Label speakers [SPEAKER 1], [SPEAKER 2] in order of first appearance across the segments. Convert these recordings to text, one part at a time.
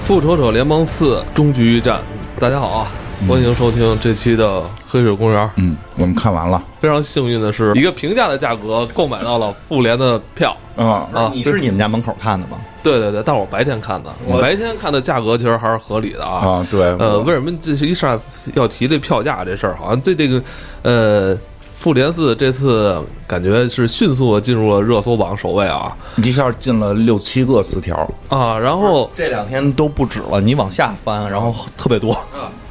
[SPEAKER 1] 复仇者联盟四终局一战，大家好啊！欢迎收听这期的《黑水公园》。
[SPEAKER 2] 嗯，我们看完了
[SPEAKER 1] 非常幸运的是，以一个平价的价格购买到了复联的票。
[SPEAKER 2] 啊，
[SPEAKER 1] 啊
[SPEAKER 3] 你是你们家门口看的吗？
[SPEAKER 1] 对对对，但是我白天看的，我白天看的价格其实还是合理的啊。
[SPEAKER 2] 啊，对，
[SPEAKER 1] 呃，
[SPEAKER 2] 我
[SPEAKER 1] 为什么这是一上来要提这票价这事儿？好像对这个，呃，复联四这次感觉是迅速地进入了热搜榜首位啊
[SPEAKER 2] 一下进了六七个词条，
[SPEAKER 1] 啊！然后
[SPEAKER 3] 这两天都不止了，你往下翻，然后特别多。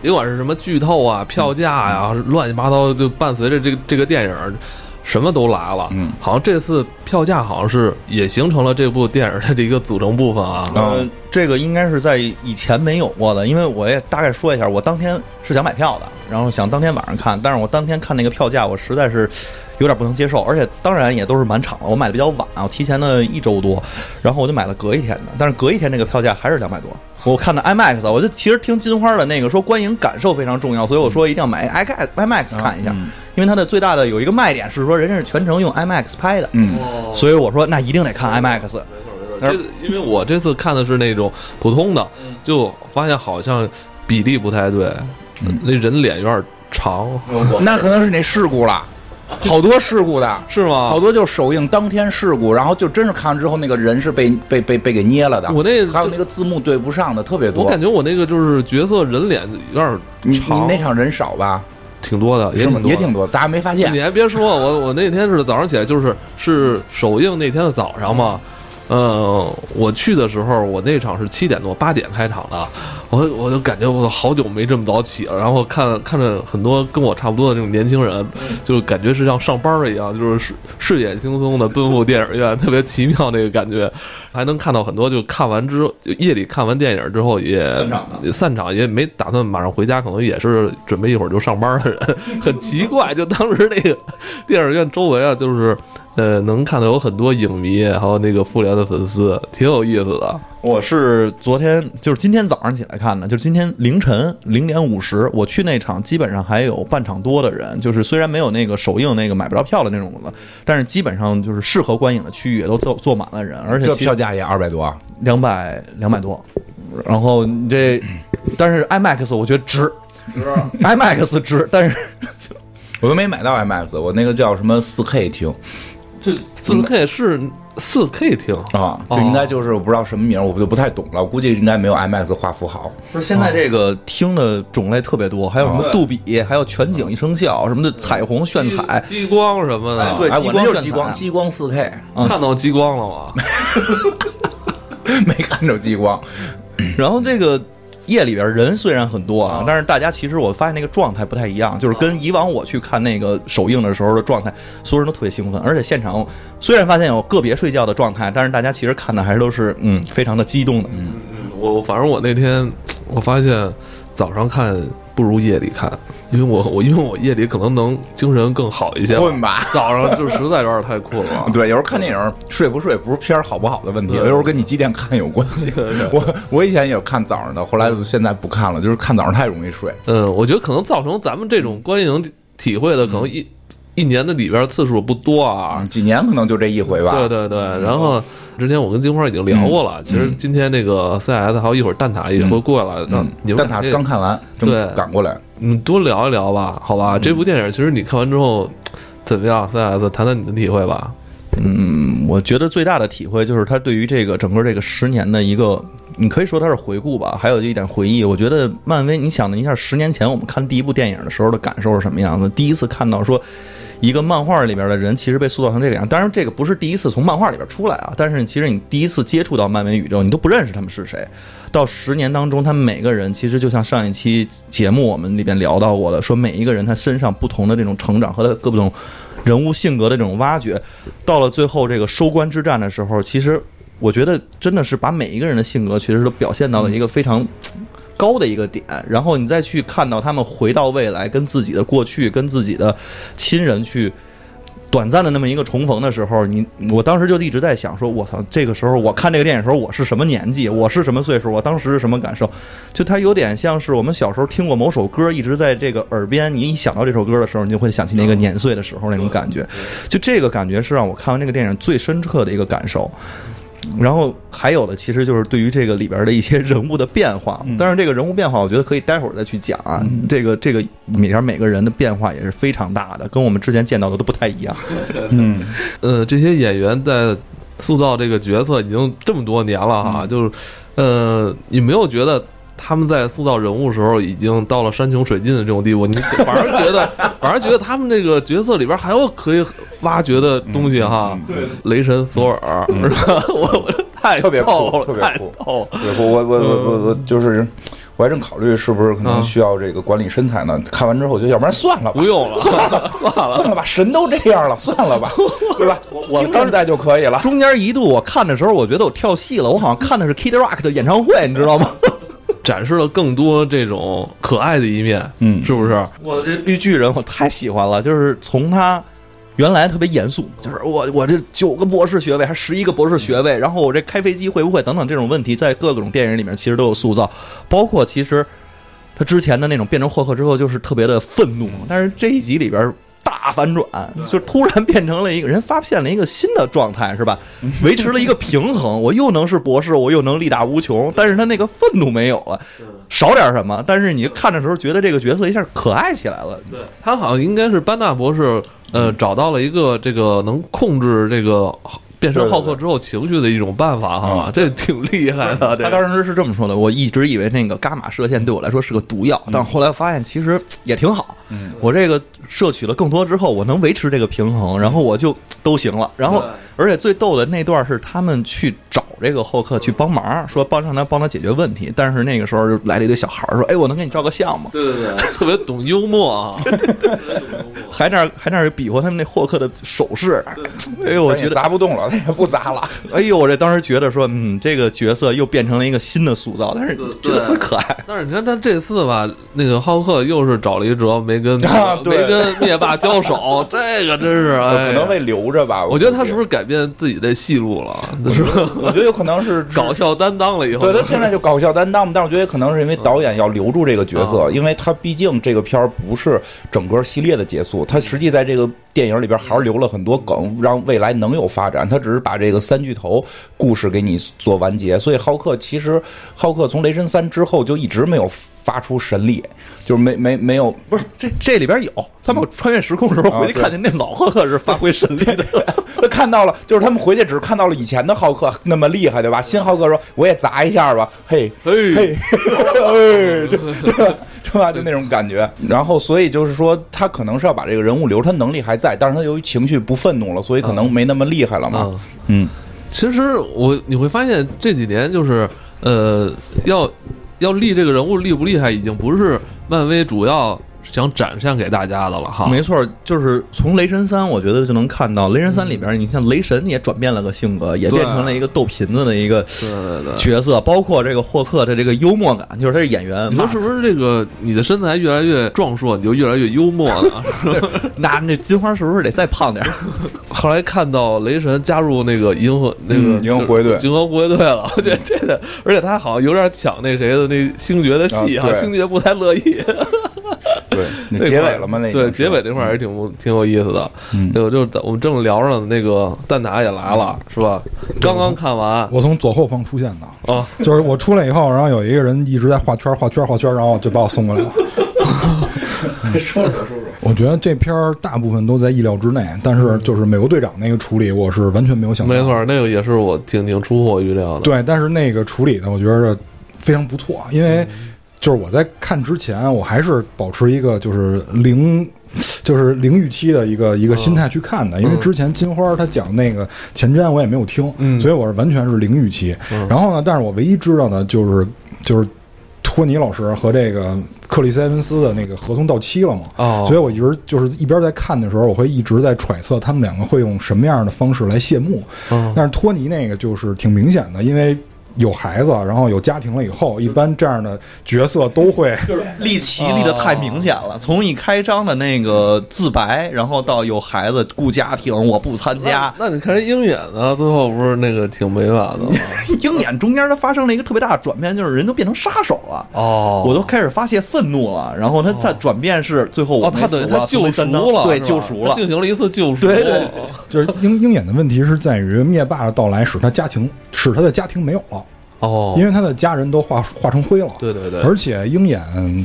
[SPEAKER 1] 别管是什么剧透啊、票价呀、乱七八糟，就伴随着这个这个电影，什么都来了。
[SPEAKER 2] 嗯
[SPEAKER 1] 好像这次票价好像是也形成了这部电影的一个组成部分啊。
[SPEAKER 2] 啊
[SPEAKER 3] 呃，这个应该是在以前没有过的，因为我也大概说一下，我当天是想买票的，然后想当天晚上看，但是我当天看那个票价，我实在是有点不能接受，而且当然也都是满场了，我买的比较晚，我提前了一周多，然后我就买了隔一天的，但是隔一天这个票价还是两百多。我看的 IMAX，我就其实听金花的那个说观影感受非常重要，所以我说一定要买 IMAX IMAX 看一下，
[SPEAKER 2] 嗯
[SPEAKER 3] 因为它的最大的有一个卖点是说人家是全程用 IMAX 拍的，
[SPEAKER 2] 嗯
[SPEAKER 3] 所以我说那一定得看 IMAX。
[SPEAKER 1] 这个因为我这次看的是那种普通的，就发现好像比例不太对，
[SPEAKER 2] 嗯
[SPEAKER 1] 那人脸有点长，
[SPEAKER 2] 那可能是那事故了，好多事故
[SPEAKER 3] 啊
[SPEAKER 2] 的，
[SPEAKER 1] 是吗？
[SPEAKER 2] 好多就首映当天事故，然后就真是看完之后那个人是被被被被给捏了的，
[SPEAKER 1] 我那
[SPEAKER 2] 还有那个字幕对不上的特别
[SPEAKER 1] 我
[SPEAKER 2] 多
[SPEAKER 1] 感，觉我那个就是角色人脸有点
[SPEAKER 2] 你你
[SPEAKER 1] 长，
[SPEAKER 2] 那场人少吧，
[SPEAKER 1] 挺多的，也
[SPEAKER 2] 是吗
[SPEAKER 1] 挺？多
[SPEAKER 2] 也
[SPEAKER 1] 的
[SPEAKER 2] 挺多，大家没发现
[SPEAKER 1] 你还别说，我我那天是早上起来，就是是首映那天的早上嘛。嗯，我去的时候，我那场是七点多八点开场的，我我就感觉我好久没这么早起了。然后看看着很多跟我差不多的那种年轻人，就感觉是像上班儿一样，就是睡睡眼惺忪的奔赴电影院，特别奇妙那个感觉。还能看到很多，就看完之后就夜里看完电影之后也
[SPEAKER 3] 散场的
[SPEAKER 1] 散场也没打算马上回家，可能也是准备一会儿就上班的人， 很奇怪。就当时那个电影院周围啊，就是呃，能看到有很多影迷，还有那个复联的粉丝，挺有意思的。
[SPEAKER 3] 我是昨天，就是今天早上起来看的，就是今天凌晨零点五十，我去那场基本上还有半场多的人，就是虽然没有那个首映那个买不着票的那种了，但是基本上就是适合观影的区域也都坐坐满了人，而且
[SPEAKER 2] 这票价也二百多啊，
[SPEAKER 3] 两百两百多，然后你这，但是 IMAX 我觉得值，IMAX 啊 值，但是
[SPEAKER 2] 我都没买到 IMAX，我那个叫什么四 K 厅
[SPEAKER 1] 四 K 是四 K 厅，
[SPEAKER 2] 啊，
[SPEAKER 1] 哦
[SPEAKER 2] 就应该就是我不知道什么名儿，我就不太懂了，我估计应该没有 IMAX 画幅好，
[SPEAKER 3] 不是现在啊这个听的种类特别多，还有什么
[SPEAKER 1] 哦
[SPEAKER 3] 杜比，还有全景一声效什么的，彩虹炫哦彩，
[SPEAKER 1] 激激光什么的，
[SPEAKER 3] 对
[SPEAKER 2] 哎，
[SPEAKER 3] 激
[SPEAKER 2] 我
[SPEAKER 3] 光
[SPEAKER 2] 那就是
[SPEAKER 3] 炫
[SPEAKER 2] 激
[SPEAKER 3] 彩
[SPEAKER 2] 光
[SPEAKER 3] 啊
[SPEAKER 2] 激光 四 K，啊
[SPEAKER 1] 看到激光了吗？
[SPEAKER 2] 没看着激光，
[SPEAKER 3] 然后这个夜里边人虽然很多啊，但是大家其实我发现那个状态不太一样，就是跟以往我去看那个首映的时候的状态，所有人都特别兴奋，而且现场虽然发现有个别睡觉的状态，但是大家其实看的还是都是嗯非常的激动的。嗯，
[SPEAKER 1] 我反正我那天我发现早上看不如夜里看，因为我我因为我夜里可能能精神更好一些，
[SPEAKER 2] 困吧。
[SPEAKER 1] 早上就实在有点太困了
[SPEAKER 2] 对，有时候看电影睡不睡不是片儿好不好的问题，有时候跟你几点看有关系。我我以前也有看早上的，后来现在不看了，就是看早上太容易睡。
[SPEAKER 1] 嗯，我觉得可能造成咱们这种观影体会的，可能
[SPEAKER 2] 嗯
[SPEAKER 1] 一、一年的里边次数不多啊。
[SPEAKER 2] 几年可能就这一回嗯吧。嗯
[SPEAKER 1] 对对对，然后之前我跟金花已经聊过了，其实今天那个 CS 还有一会儿蛋挞也会过来，让
[SPEAKER 2] 嗯
[SPEAKER 1] 你，们
[SPEAKER 2] 但
[SPEAKER 1] 俩
[SPEAKER 2] 他
[SPEAKER 1] 可以
[SPEAKER 2] 刚看完，
[SPEAKER 1] 对
[SPEAKER 2] 正赶过来。
[SPEAKER 1] 嗯多聊一聊吧，好
[SPEAKER 2] 嗯
[SPEAKER 1] 吧？这部电影其实你看完之后怎么样？CS 谈谈你的体会吧。
[SPEAKER 3] 嗯我觉得最大的体会就是他对于这个整个这个十年的一个，你可以说他是回顾吧，还有一点回忆。我觉得漫威，你想一下，十年前我们看第一部电影的时候的感受是什么样子？第一次看到说。一个漫画里边的人其实被塑造成这个样，当然这个不是第一次从漫画里边出来啊，但是其实你第一次接触到漫威宇宙，你都不认识他们是谁。到十年当中，他们每个人其实就像上一期节目我们里边聊到过的，说每一个人他身上不同的这种成长和他各种人物性格的这种挖掘，到了最后这个收官之战的时候，其实我觉得真的是把每一个人的性格其实都表现到了一个非常。高的一个点，然后你再去看到他们回到未来，跟自己的过去，跟自己的亲人去短暂的那么一个重逢的时候，你我当时就一直在想说，我操，这个时候我看这个电影的时候，我是什么年纪，我是什么岁数，我当时是什么感受？就它有点像是我们小时候听过某首歌，一直在这个耳边，你一想到这首歌的时候，你就会想起那个年岁的时候那种感觉。就这个感觉是让我看完这个电影最深刻的一个感受。然后还有的其实就是对于这个里边的一些人物的变化，但是这个人物变化，我觉得可以待会儿再去讲啊。这个这个里边每个人的变化也是非常大的，跟我们之前见到的都不太一样。
[SPEAKER 2] 嗯，
[SPEAKER 1] 呃，这些演员在塑造这个角色已经这么多年了哈，
[SPEAKER 2] 嗯
[SPEAKER 1] 就是，呃，你没有觉得他们在塑造人物时候已经到了山穷水尽的这种地步？你反而觉 得，反而觉得他们这个角色里边还有可以挖掘的东西
[SPEAKER 2] 嗯
[SPEAKER 1] 哈。对，雷神索尔，是 吧？我我太
[SPEAKER 2] 特别酷
[SPEAKER 1] 逗了，
[SPEAKER 2] 特别
[SPEAKER 1] 太
[SPEAKER 2] 酷
[SPEAKER 1] 逗了。
[SPEAKER 2] 对，我我我我
[SPEAKER 3] 嗯
[SPEAKER 2] 我我就是，我还正考虑是不是可能
[SPEAKER 1] 嗯
[SPEAKER 2] 需要这个管理身材呢。看完之后，我就要不然算了吧
[SPEAKER 1] 不，用了，
[SPEAKER 2] 算了吧，神都这样了，算了 吧，对吧？精神在就可以了。
[SPEAKER 3] 中间一度我看的时候，我觉得我跳戏了，我好像看的是 Kid Rock 的演唱会，你知道吗？
[SPEAKER 1] 展示了更多这种可爱的一面，
[SPEAKER 2] 嗯
[SPEAKER 1] 是不是？
[SPEAKER 3] 我这绿巨人我太喜欢了，就是从他原来特别严肃，就是我我这九个博士学位还十一个博士学位，然后我这开飞机会不会等等这种问题，在各种电影里面其实都有塑造，包括其实他之前的那种变成霍克之后就是特别的愤怒，但是这一集里边。大反转，就是突然变成了一个人，发现了一个新的状态，是吧？维持了一个平衡，我又能是博士，我又能力大无穷，但是他那个愤怒没有了，少点什么，但是你看的时候觉得这个角色一下可爱起来了。
[SPEAKER 1] 对他好像应该是班纳博士，呃，找到了一个这个能控制这个变身浩克之后情绪的一种办法
[SPEAKER 2] 嗯
[SPEAKER 1] 哈，这挺厉害的。 这
[SPEAKER 3] 他
[SPEAKER 1] 个
[SPEAKER 3] 当时是这么说的，我一直以为那个伽马射线对我来说是个毒药，但后来发现其实也挺好。
[SPEAKER 2] 嗯
[SPEAKER 3] 我这个摄取了更多之后，我能维持这个平衡，然后我就都行了。然后
[SPEAKER 1] 对，
[SPEAKER 3] 而且最逗的那段是他们去找这个后客去帮忙，说帮让他帮他解决问题。但是那个时候就来了一堆小孩儿说：“哎，我能给你照个相吗？”
[SPEAKER 1] 对对对，特别懂幽默 啊，
[SPEAKER 3] 还那儿还那儿比划他们那霍克的手势，哎呦，我觉得
[SPEAKER 2] 砸不动了，也不砸了。
[SPEAKER 3] 哎呦，我这当时觉得说，嗯，这个角色又变成了一个新的塑造，但是
[SPEAKER 1] 对
[SPEAKER 3] 觉得特可爱。
[SPEAKER 1] 但是你看他这次吧，那个浩克又是找了一辙，没跟那个、
[SPEAKER 2] 啊对
[SPEAKER 1] 没跟灭霸交手， 这个真是哎呀，
[SPEAKER 2] 可能为留着吧，
[SPEAKER 1] 我觉得他是不
[SPEAKER 2] 是？
[SPEAKER 1] 是改变自己的戏路 了，是吧？
[SPEAKER 2] 我觉得有可能是
[SPEAKER 1] 搞。笑担当了以后，
[SPEAKER 2] 对他现在就搞笑担当，但我觉得可能是
[SPEAKER 1] 嗯
[SPEAKER 2] 因为导演要留住这个角色，因为他毕竟这个片儿不是整个系列的结束，他实际在这个电影里边还是留了很多梗，让未来能有发展。他只是把这个三巨头故事给你做完结，所以浩克其实浩克从雷神三之后就一直没有发出神力，就是没没没有
[SPEAKER 3] 不是，这这里边有，他们穿越时空的时候
[SPEAKER 2] 啊
[SPEAKER 3] 回去看见那老赫克是发挥神 力的，
[SPEAKER 2] 他 看到了，就是他们回去只看到了以前的浩克那么厉害，对吧？新浩克说：“我也砸一下吧，嘿，
[SPEAKER 1] 嘿
[SPEAKER 2] 嘿，嘿，就对吧？对吧？就那种感觉。然后，所以就是说，他可能是要把这个人物留，他能力还在，但是他由于情绪不愤怒了，所以可能没那么厉害了嘛
[SPEAKER 1] 嗯。
[SPEAKER 2] 嗯，
[SPEAKER 1] 其实我你会发现这几年就是呃，要要立这个人物厉不厉害，已经不是漫威主要想展现给大家的了哈。
[SPEAKER 3] 没错，就是从雷神三，我觉得就能看到，雷神三里边，你像雷神也转变了个性格，也
[SPEAKER 1] 对
[SPEAKER 3] 变成了一个逗贫子的一个
[SPEAKER 1] 对对对。
[SPEAKER 3] 角色，包括这个霍克的这个幽默感，就是他是演员，
[SPEAKER 1] 你说是不是这个你的身材越来越壮硕，你就越来越幽默 了？
[SPEAKER 3] 那那金花是不是得再胖点儿？
[SPEAKER 1] 后来看到雷神加入那个银河那个
[SPEAKER 2] 嗯银河护卫队
[SPEAKER 1] 银河护卫队了，我觉得这个，而且他好像有点抢那谁的那星爵的戏
[SPEAKER 2] 啊
[SPEAKER 1] 哈，
[SPEAKER 2] 对
[SPEAKER 1] 星爵不太乐意。
[SPEAKER 2] 对，那
[SPEAKER 1] 这
[SPEAKER 2] 结
[SPEAKER 1] 块儿
[SPEAKER 2] 尾了吗？那已经
[SPEAKER 1] 对
[SPEAKER 2] 是
[SPEAKER 1] 结尾这块儿还是挺不挺有意思的。
[SPEAKER 2] 嗯
[SPEAKER 1] 对，我就在我们正聊着呢，那个蛋挞也来了，是吧？刚刚看完
[SPEAKER 4] 我从左后方出现的，
[SPEAKER 1] 哦，
[SPEAKER 4] 就是我出来以后，然后有一个人一直在画圈儿、画圈儿、画圈儿，然后就把我送过来了。我觉得这片儿大部分都在意料之内，但是就是美国队长那个处理，我是完全没有想到。
[SPEAKER 1] 没错，那个也是我挺挺出乎我预料的。
[SPEAKER 4] 对，但是那个处理呢，我觉得非常不错，因为
[SPEAKER 1] 嗯
[SPEAKER 4] 就是我在看之前，我还是保持一个就是零。就是零预期的一个一个心态去看的，因为之前金花她讲那个前瞻我也没有听，所以我是完全是零预期。然后呢，但是我唯一知道的就是就是托尼老师和这个克里斯埃文斯的那个合同到期了嘛，
[SPEAKER 1] 哦
[SPEAKER 4] 所以我一直就是一边在看的时候，我会一直在揣测他们两个会用什么样的方式来谢幕。
[SPEAKER 1] 哦
[SPEAKER 4] 但是托尼那个就是挺明显的，因为有孩子，然后有家庭了以后，一般这样的角色都会
[SPEAKER 3] 立旗立的太明显
[SPEAKER 1] 哦
[SPEAKER 3] 了，从一开张的那个自白，然后到有孩子顾家庭，我不参 加。
[SPEAKER 1] 那你看人鹰眼呢，最后不是那个挺委婉的 吗？
[SPEAKER 3] 鹰眼中间他发生了一个特别大的转变，就是人都变成杀手了。
[SPEAKER 1] 哦，
[SPEAKER 3] 我都开始发泄愤怒了，然后他再转变是最后我
[SPEAKER 1] 哦，
[SPEAKER 3] 没
[SPEAKER 1] 他等于
[SPEAKER 3] 死了
[SPEAKER 1] 他救赎
[SPEAKER 3] 作为担
[SPEAKER 1] 了，
[SPEAKER 3] 当对
[SPEAKER 1] 是吧
[SPEAKER 3] 救赎
[SPEAKER 1] 他
[SPEAKER 3] 了，
[SPEAKER 1] 进行了一次救赎。
[SPEAKER 3] 对对
[SPEAKER 4] 就是鹰鹰眼的问题是在于灭霸的到来使他家庭使他的家庭没有了，
[SPEAKER 1] 哦，
[SPEAKER 4] 因为他的家人都化化成灰了。
[SPEAKER 1] 对对对，
[SPEAKER 4] 而且鹰眼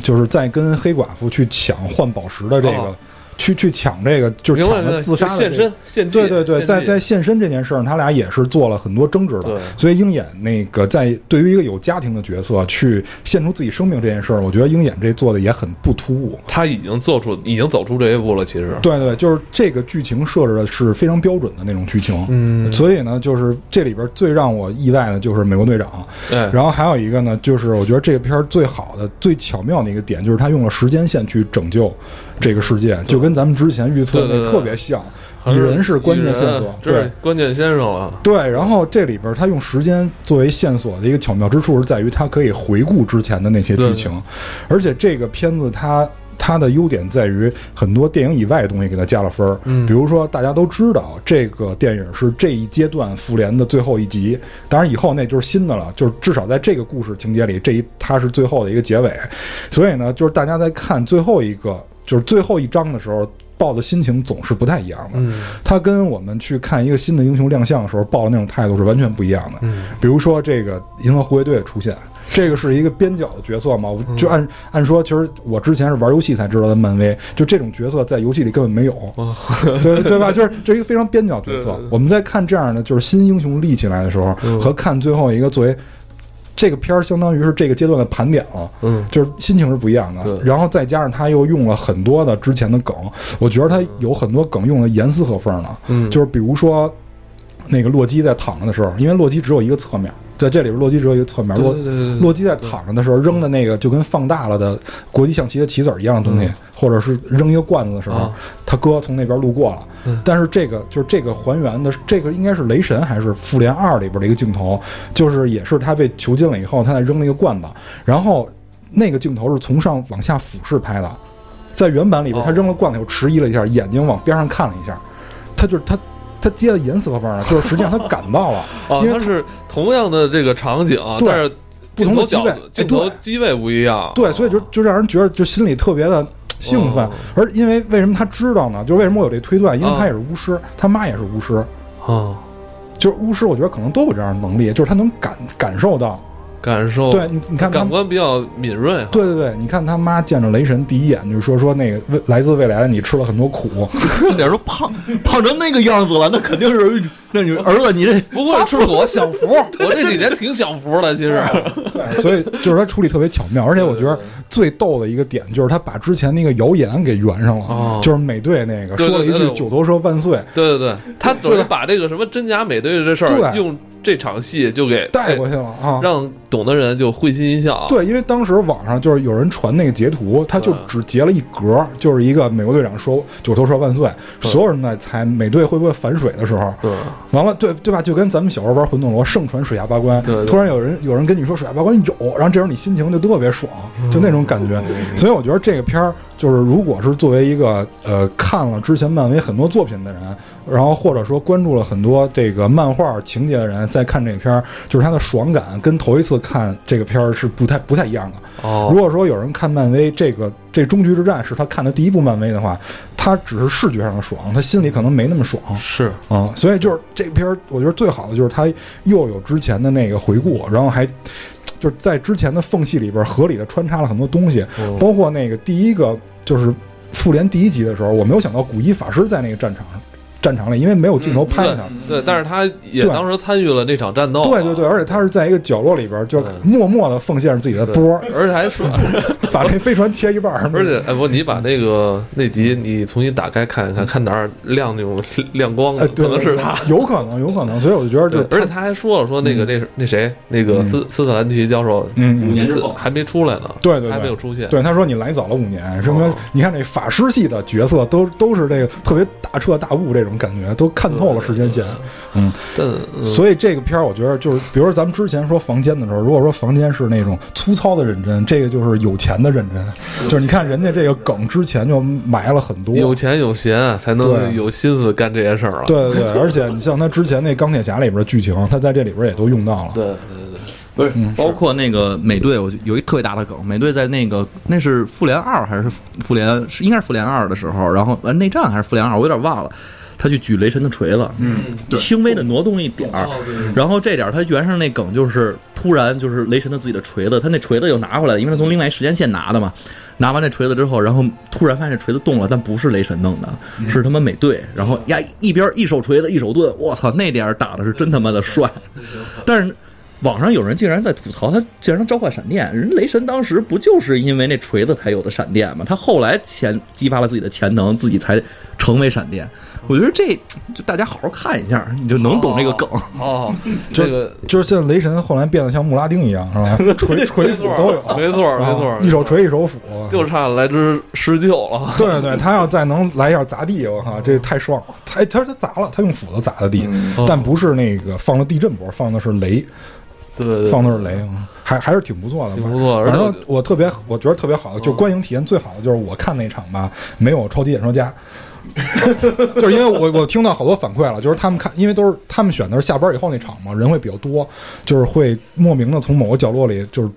[SPEAKER 4] 就是在跟黑寡妇去抢换宝石的这
[SPEAKER 1] 哦
[SPEAKER 4] 个，去去抢这个，就是
[SPEAKER 1] 明白
[SPEAKER 4] 抢
[SPEAKER 1] 明白
[SPEAKER 4] 了自杀
[SPEAKER 1] 就
[SPEAKER 4] 的
[SPEAKER 1] 现
[SPEAKER 4] 这个
[SPEAKER 1] 身献祭，
[SPEAKER 4] 对对对，
[SPEAKER 1] 献
[SPEAKER 4] 在
[SPEAKER 1] 祭
[SPEAKER 4] 在现身这件事儿上，他俩也是做了很多争执
[SPEAKER 1] 对
[SPEAKER 4] 的。所以鹰眼那个在对于一个有家庭的角色去献出自己生命这件事儿，我觉得鹰眼这做的也很不突兀。
[SPEAKER 1] 他已经做出已经走出这一步了，其实
[SPEAKER 4] 对对，就是这个剧情设置的是非常标准的那种剧情，
[SPEAKER 1] 嗯
[SPEAKER 4] 所以呢，就是这里边最让我意外的就是美国队长，
[SPEAKER 1] 哎
[SPEAKER 4] 然后还有一个呢，就是我觉得这个片儿最好的、最巧妙的一个点，就是他用了时间线去拯救这个世界，就跟咱们之前预测
[SPEAKER 1] 对
[SPEAKER 4] 的
[SPEAKER 1] 对对
[SPEAKER 4] 那特别像，
[SPEAKER 1] 还
[SPEAKER 4] 蚁人是关键线
[SPEAKER 1] 蚁
[SPEAKER 4] 索
[SPEAKER 1] 人，啊这
[SPEAKER 4] 对
[SPEAKER 1] 是关键先生了。
[SPEAKER 4] 对。然后这里边他用时间作为线索的一个巧妙之处，是在于他可以回顾之前的那些剧情，而且这个片子它。它的优点在于很多电影以外的东西给它加了分儿，
[SPEAKER 1] 嗯
[SPEAKER 4] 比如说大家都知道这个电影是这一阶段复联的最后一集，当然以后那就是新的了，就是至少在这个故事情节里，这一它是最后的一个结尾，所以呢，就是大家在看最后一个，就是最后一章的时候。抱的心情总是不太一样的，
[SPEAKER 1] 嗯
[SPEAKER 4] 它跟我们去看一个新的英雄亮相的时候抱的那种态度是完全不一样的。
[SPEAKER 1] 嗯
[SPEAKER 4] 比如说这个银河护卫队的出现，这个是一个边角的角色嘛，我
[SPEAKER 1] 嗯
[SPEAKER 4] 就按按说，其实我之前是玩游戏才知道的漫威，就这种角色在游戏里根本没有，
[SPEAKER 1] 哦
[SPEAKER 4] 对对吧？就是这是一个非常边角角
[SPEAKER 1] 对
[SPEAKER 4] 色
[SPEAKER 1] 对对。
[SPEAKER 4] 我们在看这样的就是新英雄立起来的时候，
[SPEAKER 1] 嗯
[SPEAKER 4] 和看最后一个作为这个片儿，相当于是这个阶段的盘点了。
[SPEAKER 1] 嗯，
[SPEAKER 4] 就是心情是不一样的
[SPEAKER 1] 对。
[SPEAKER 4] 然后再加上他又用了很多的之前的梗，我觉得他有很多梗用的严丝合缝呢。
[SPEAKER 1] 嗯
[SPEAKER 4] 就是比如说那个洛基在躺着的时候，因为洛基只有一个侧面，在这里边洛基只有一个侧面，
[SPEAKER 1] 对
[SPEAKER 4] 洛
[SPEAKER 1] 对对对对
[SPEAKER 4] 洛基在躺着的时候扔的那个就跟放大了的国际象棋的棋子儿一样的东西，或者是扔一个罐子的时候，
[SPEAKER 1] 嗯啊
[SPEAKER 4] 他哥从那边路过了。
[SPEAKER 1] 嗯
[SPEAKER 4] 但是这个就是这个还原的，这个应该是雷神还是复联二里边的一个镜头，就是也是他被囚禁了以后，他在扔那个罐子，然后那个镜头是从上往下俯视拍的，在原版里边
[SPEAKER 1] 哦，
[SPEAKER 4] 他扔了罐子以后迟疑了一下，眼睛往边上看了一下，他就是他。他接的严丝合缝了，啊就是实际上他赶到了
[SPEAKER 1] 哦，
[SPEAKER 4] 因为
[SPEAKER 1] 它是同样的这个场景，啊
[SPEAKER 4] 对
[SPEAKER 1] 但是
[SPEAKER 4] 不
[SPEAKER 1] 镜
[SPEAKER 4] 同
[SPEAKER 1] 头
[SPEAKER 4] 的
[SPEAKER 1] 角
[SPEAKER 4] 机位
[SPEAKER 1] 度镜头
[SPEAKER 4] 哎对
[SPEAKER 1] 机位不一样。
[SPEAKER 4] 对，所以就
[SPEAKER 1] 哦
[SPEAKER 4] 就让人觉得就心里特别的兴奋
[SPEAKER 1] 哦，
[SPEAKER 4] 而因为为什么他知道呢？就是为什么我有这推断，因为他也是巫师，他妈也是巫师，
[SPEAKER 1] 哦，
[SPEAKER 4] 就是巫师，我觉得可能都有这样的能力，就是他能感感受到，
[SPEAKER 1] 感受
[SPEAKER 4] 对你你看他
[SPEAKER 1] 哦感官比较敏锐。啊
[SPEAKER 4] 对对对，你看他妈见着雷神第一眼就说说那个未来自未来的你吃了很多苦，
[SPEAKER 3] 那点儿都胖胖成那个样子了，那肯定是那你儿子，你这
[SPEAKER 1] 不会是我享福，我这几年挺享福的，其 实。
[SPEAKER 4] 对所以就是他处理特别巧妙，而且我觉得最逗的一个点就是他把之前那个谣言给圆上
[SPEAKER 1] 哦
[SPEAKER 4] 了，就是美队那个
[SPEAKER 1] 对对
[SPEAKER 4] 说了一
[SPEAKER 1] 对对
[SPEAKER 4] 句
[SPEAKER 1] 我
[SPEAKER 4] 九头蛇万岁，
[SPEAKER 1] 对对对，他等于把这个什么真假美队这事儿，
[SPEAKER 4] 对
[SPEAKER 1] 用这场戏就给
[SPEAKER 4] 带过去了啊
[SPEAKER 1] 哎，让懂的人就会心一笑。，啊
[SPEAKER 4] 对，因为当时网上就是有人传那个截图，他就
[SPEAKER 1] 嗯
[SPEAKER 4] 只截了一格，就是一个美国队长说“九头蛇万岁”，所有人都在猜美队会不会反水的时候，
[SPEAKER 1] 嗯，
[SPEAKER 4] 完了，对对吧？就跟咱们小时候玩魂斗罗盛传水下八关
[SPEAKER 1] 对对，
[SPEAKER 4] 突然有人有人跟你说水下八关有，然后这时候你心情就特别爽，
[SPEAKER 1] 嗯
[SPEAKER 4] 就那种感觉。所以我觉得这个片儿就是，如果是作为一个呃看了之前漫威很多作品的人，然后或者说关注了很多这个漫画情节的人，再看这个片儿，就是他的爽感跟头一次看这个片儿是不太不太一样的。
[SPEAKER 1] 哦
[SPEAKER 4] 如，果说有人看漫威这个这终局之战是他看的第一部漫威的话，他只是视觉上的爽，他心里可能没那么爽。
[SPEAKER 1] 是
[SPEAKER 4] 啊、所以就是这片儿，我觉得最好的就是它又有之前的那个回顾，然后还就是在之前的缝隙里边儿合理的穿插了很多东西，
[SPEAKER 1] 嗯
[SPEAKER 4] 包括那个第一个就是复联第一集的时候，我没有想到古一法师在那个战场战场里，因为没有镜头拍他。
[SPEAKER 1] 嗯对，但是他也
[SPEAKER 4] 对
[SPEAKER 1] 当时参与了那场战斗。啊
[SPEAKER 4] 对对对，，而且他是在一个角落里边儿，就
[SPEAKER 1] 嗯
[SPEAKER 4] 默默的奉献着自己的波儿，
[SPEAKER 1] 而且还说，
[SPEAKER 4] 把那飞船切一半儿。
[SPEAKER 1] 而且哎不，你把那个那集你重新打开看一看，看哪儿亮那种亮光
[SPEAKER 4] 哎，
[SPEAKER 1] 了，
[SPEAKER 4] 对，
[SPEAKER 1] 可能是他。
[SPEAKER 4] 对，对有可能，有可能。所以我就觉得，就
[SPEAKER 1] 对
[SPEAKER 4] 是，
[SPEAKER 1] 而且他还说了说那个那是那谁那个斯斯特兰奇教授，
[SPEAKER 4] 嗯嗯，嗯
[SPEAKER 1] 斯还没出来呢，
[SPEAKER 4] 对对对
[SPEAKER 1] 还没有出现。
[SPEAKER 4] 对，他说你来早了五年，什么？
[SPEAKER 1] 哦
[SPEAKER 4] 你看这法师系的角色都都是这个特别大彻大悟这种种感觉，都看透了时间线。
[SPEAKER 1] 但嗯
[SPEAKER 4] 所以这个片儿，我觉得就是，比如说咱们之前说房间的时候，如果说房间是那种粗糙的认真，这个就是有钱的认真，就是你看人家这个梗之前就埋了很多。
[SPEAKER 1] 有钱有闲啊才能
[SPEAKER 4] 对
[SPEAKER 1] 有心思干这些事儿啊。
[SPEAKER 4] 对对对，而且你像他之前那钢铁侠里边的剧情，他在这里边也都用到了。
[SPEAKER 1] 对对对，
[SPEAKER 3] 不是，包括那个美队，我就有一特别大的梗，美队在那个那是复联二还是复联是应该是复联二的时候，然后呃内战还是复联二，我有点忘了。他去举雷神的锤了，嗯，轻微的挪动一点儿，然后这点儿他原上那梗就是突然就是雷神的自己的锤子，他那锤子又拿回来了，因为他从另外一时间线拿的嘛，拿完这锤子之后，然后突然发现锤子动了，但不是雷神弄的，是他妈美队，然后呀一边一手锤子一手盾，我操那点儿打的是真他妈的帅，但是网上有人竟然在吐槽他竟然能召唤闪电，人雷神当时不就是因为那锤子才有的闪电吗？他后来潜激发了自己的潜能，自己才成为闪电。我觉得这就大家好好看一下，你就能懂这个梗。
[SPEAKER 1] 哦，这个
[SPEAKER 4] 就是现在雷神后来变得像穆拉丁一样，是吧？锤锤斧都有，
[SPEAKER 1] 没错没错
[SPEAKER 4] 啊，一手锤一手斧，
[SPEAKER 1] 就差来只施救了。
[SPEAKER 4] 对对，他要再能来一下砸地，我靠，这太爽了！他他他砸了，他用斧子砸的地，
[SPEAKER 1] 嗯
[SPEAKER 4] 但不是那个放了地震波，放的是雷，
[SPEAKER 1] 对对，对
[SPEAKER 4] 放的是雷，嗯还还是挺不错的，
[SPEAKER 1] 挺不错
[SPEAKER 4] 反正
[SPEAKER 1] 而
[SPEAKER 4] 反
[SPEAKER 1] 且嗯
[SPEAKER 4] 正我特别，我觉得特别好，就观影体验最好的就是我看那场吧，没有超级演说家。 就是因为我我听到好多反馈了，就是他们看，因为都是他们选的是下班以后那场嘛，人会比较多，就是会莫名的从某个角落里就是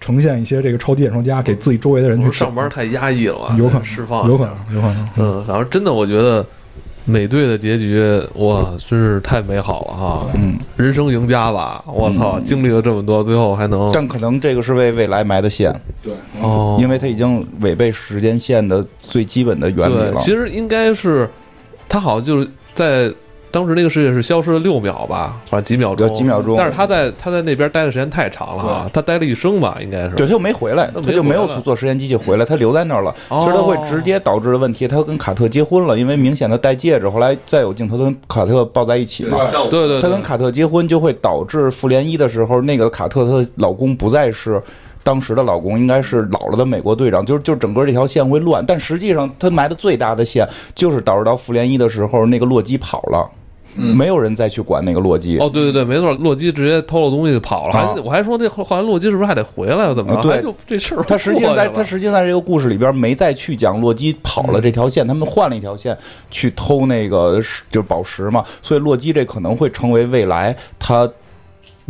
[SPEAKER 4] 呈现一些这个超级演说家给自己周围的人去
[SPEAKER 1] 不是上班太压抑了吧，啊
[SPEAKER 4] 有可能
[SPEAKER 1] 释放，
[SPEAKER 4] 有可。能，有可能。
[SPEAKER 1] 嗯，然后真的，我觉得美队的结局哇，
[SPEAKER 2] 嗯
[SPEAKER 1] 真是太美好了哈！嗯，人生赢家吧，我操，经历了这么多，最后还能
[SPEAKER 2] 嗯但可能这个是为未来埋的线，
[SPEAKER 1] 哦，
[SPEAKER 2] 因为它已经违背时间线的最基本的原理
[SPEAKER 1] 对，
[SPEAKER 2] 了。
[SPEAKER 1] 其实应该是他好像就是在当时那个世界是消失了六秒吧，反正几秒钟，
[SPEAKER 2] 对几秒钟
[SPEAKER 1] 但是他在他在那边待的时间太长了啊，他待了一生吧，应该是
[SPEAKER 2] 对，他又没回来，
[SPEAKER 1] 那没
[SPEAKER 2] 他就没有
[SPEAKER 1] 回来
[SPEAKER 2] 坐时间机器回来，他留在那儿了。
[SPEAKER 1] 哦
[SPEAKER 2] 其实他会直接导致的问题，他跟卡特结婚了，因为明显他戴戒指，后来再有镜头他跟卡特抱在一起嘛。
[SPEAKER 1] 对对，
[SPEAKER 2] 他
[SPEAKER 1] 对
[SPEAKER 2] 跟卡特结婚就会导致复联一的时候，那个卡特她的老公不再是当时的老公，应该是老了的美国队长，就是就整个这条线会乱。但实际上，他埋的最大的线就是导致到复联一的时候，那个洛基跑了，没有人再去管那个洛基。
[SPEAKER 1] 哦，对对对，没错，洛基直接偷了东西跑了，
[SPEAKER 2] 啊
[SPEAKER 1] 还我还说这后后来洛基是不是还得回来啊？怎么着？
[SPEAKER 2] 啊对
[SPEAKER 1] 还就这事儿
[SPEAKER 2] 他实际上在
[SPEAKER 1] 过去
[SPEAKER 2] 他
[SPEAKER 1] 了
[SPEAKER 2] 实际上在这个故事里边没再去讲洛基跑了这条线，
[SPEAKER 1] 嗯
[SPEAKER 2] 他们换了一条线去偷那个是就是宝石嘛，所以洛基这可能会成为未来他。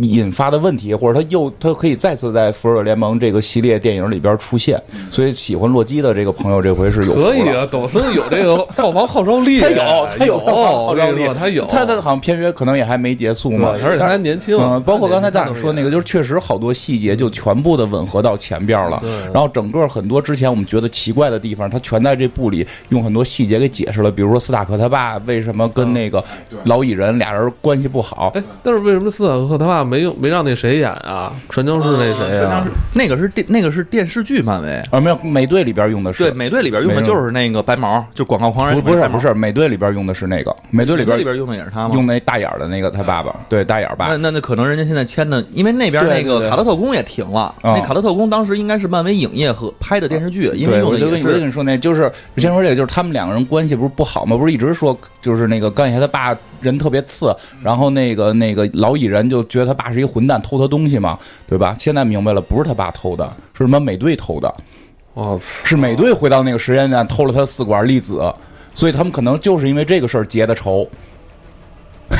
[SPEAKER 2] 引发的问题，或者他又他可以再次在《复仇者联盟》这个系列电影里边出现，
[SPEAKER 1] 嗯
[SPEAKER 2] 所以喜欢洛基的这个朋友这回是有福
[SPEAKER 1] 可以
[SPEAKER 2] 了
[SPEAKER 1] 啊，抖森有这 个票房号召力，啊
[SPEAKER 2] 他有他 有
[SPEAKER 1] 哎我
[SPEAKER 2] 号召
[SPEAKER 1] 跟你
[SPEAKER 2] 力
[SPEAKER 1] 说，他有，
[SPEAKER 2] 他的好像片约可能也还没结束
[SPEAKER 1] 对
[SPEAKER 2] 嘛，
[SPEAKER 1] 而且他
[SPEAKER 2] 但
[SPEAKER 1] 还年轻，
[SPEAKER 2] 嗯，包括刚才咱俩说那
[SPEAKER 1] 个，
[SPEAKER 2] 个，就是确实好多细节
[SPEAKER 3] 嗯
[SPEAKER 2] 就全部的吻合到前边了
[SPEAKER 1] 对。
[SPEAKER 2] 然后整个很多之前我们觉得奇怪的地方，它全在这部里用很多细节给解释了。比如说斯塔克他爸为什么
[SPEAKER 3] 嗯
[SPEAKER 2] 跟那个老蚁人俩人关系不好，
[SPEAKER 1] 哎，但是为什么斯坦克他爸没用没让那谁演啊？传教士那
[SPEAKER 2] 嗯
[SPEAKER 1] 谁啊？
[SPEAKER 3] 那个是电那个是电视剧漫威，
[SPEAKER 2] 啊，没有美队里边用的
[SPEAKER 3] 对
[SPEAKER 2] 是。
[SPEAKER 3] 美队里边用的就是那个白毛，就广告狂人
[SPEAKER 2] 不不
[SPEAKER 3] 里
[SPEAKER 2] 是
[SPEAKER 3] 面白毛
[SPEAKER 2] 不，是，美队里边用的是那个，美队里
[SPEAKER 3] 美队
[SPEAKER 2] 边
[SPEAKER 3] 里边用的也是他吗？
[SPEAKER 2] 用那大眼儿的那个他爸爸，对大眼儿
[SPEAKER 3] 那
[SPEAKER 2] 爸，
[SPEAKER 3] 那那可能人家现在签的，因为那边
[SPEAKER 2] 对
[SPEAKER 3] 那
[SPEAKER 2] 对对
[SPEAKER 3] 个卡特特工也停了。
[SPEAKER 2] 啊
[SPEAKER 3] 那卡特特工当时应该是漫威影业和拍的电视剧，因为
[SPEAKER 2] 对，
[SPEAKER 3] 用
[SPEAKER 2] 我
[SPEAKER 3] 的
[SPEAKER 2] 就
[SPEAKER 3] 也
[SPEAKER 2] 跟你我就跟
[SPEAKER 3] 是
[SPEAKER 2] 你说那，就是我先说这个，就是他们两个人关系不是不好吗？不是一直说就是那个钢铁侠他爸人特别次，
[SPEAKER 3] 嗯
[SPEAKER 2] 然后那个那个老蚁人就觉得他爸是一混蛋，偷他东西嘛，对吧？现在明白了，不是他爸偷的，是什么美队偷的，
[SPEAKER 1] 我操！
[SPEAKER 2] 是美队回到那个实验站偷了他四管粒子，所以他们可能就是因为这个事儿结的仇。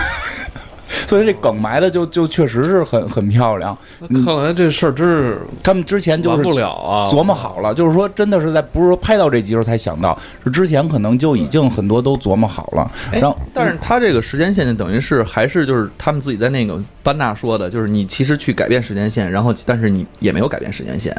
[SPEAKER 2] 所以这梗埋的就就确实是很很漂亮。
[SPEAKER 1] 那看来这事儿真是
[SPEAKER 2] 他们之前就
[SPEAKER 1] 完
[SPEAKER 2] 是
[SPEAKER 1] 不了啊，
[SPEAKER 2] 琢磨好了，就是说真的是在不是说拍到这集时候才想到，是之前可能就已经很多都琢磨好了。
[SPEAKER 3] 哎
[SPEAKER 2] 然后，
[SPEAKER 3] 但是他这个时间线就等于是还是就是他们自己在那个班纳说的，就是你其实去改变时间线，然后但是你也没有改变时间线。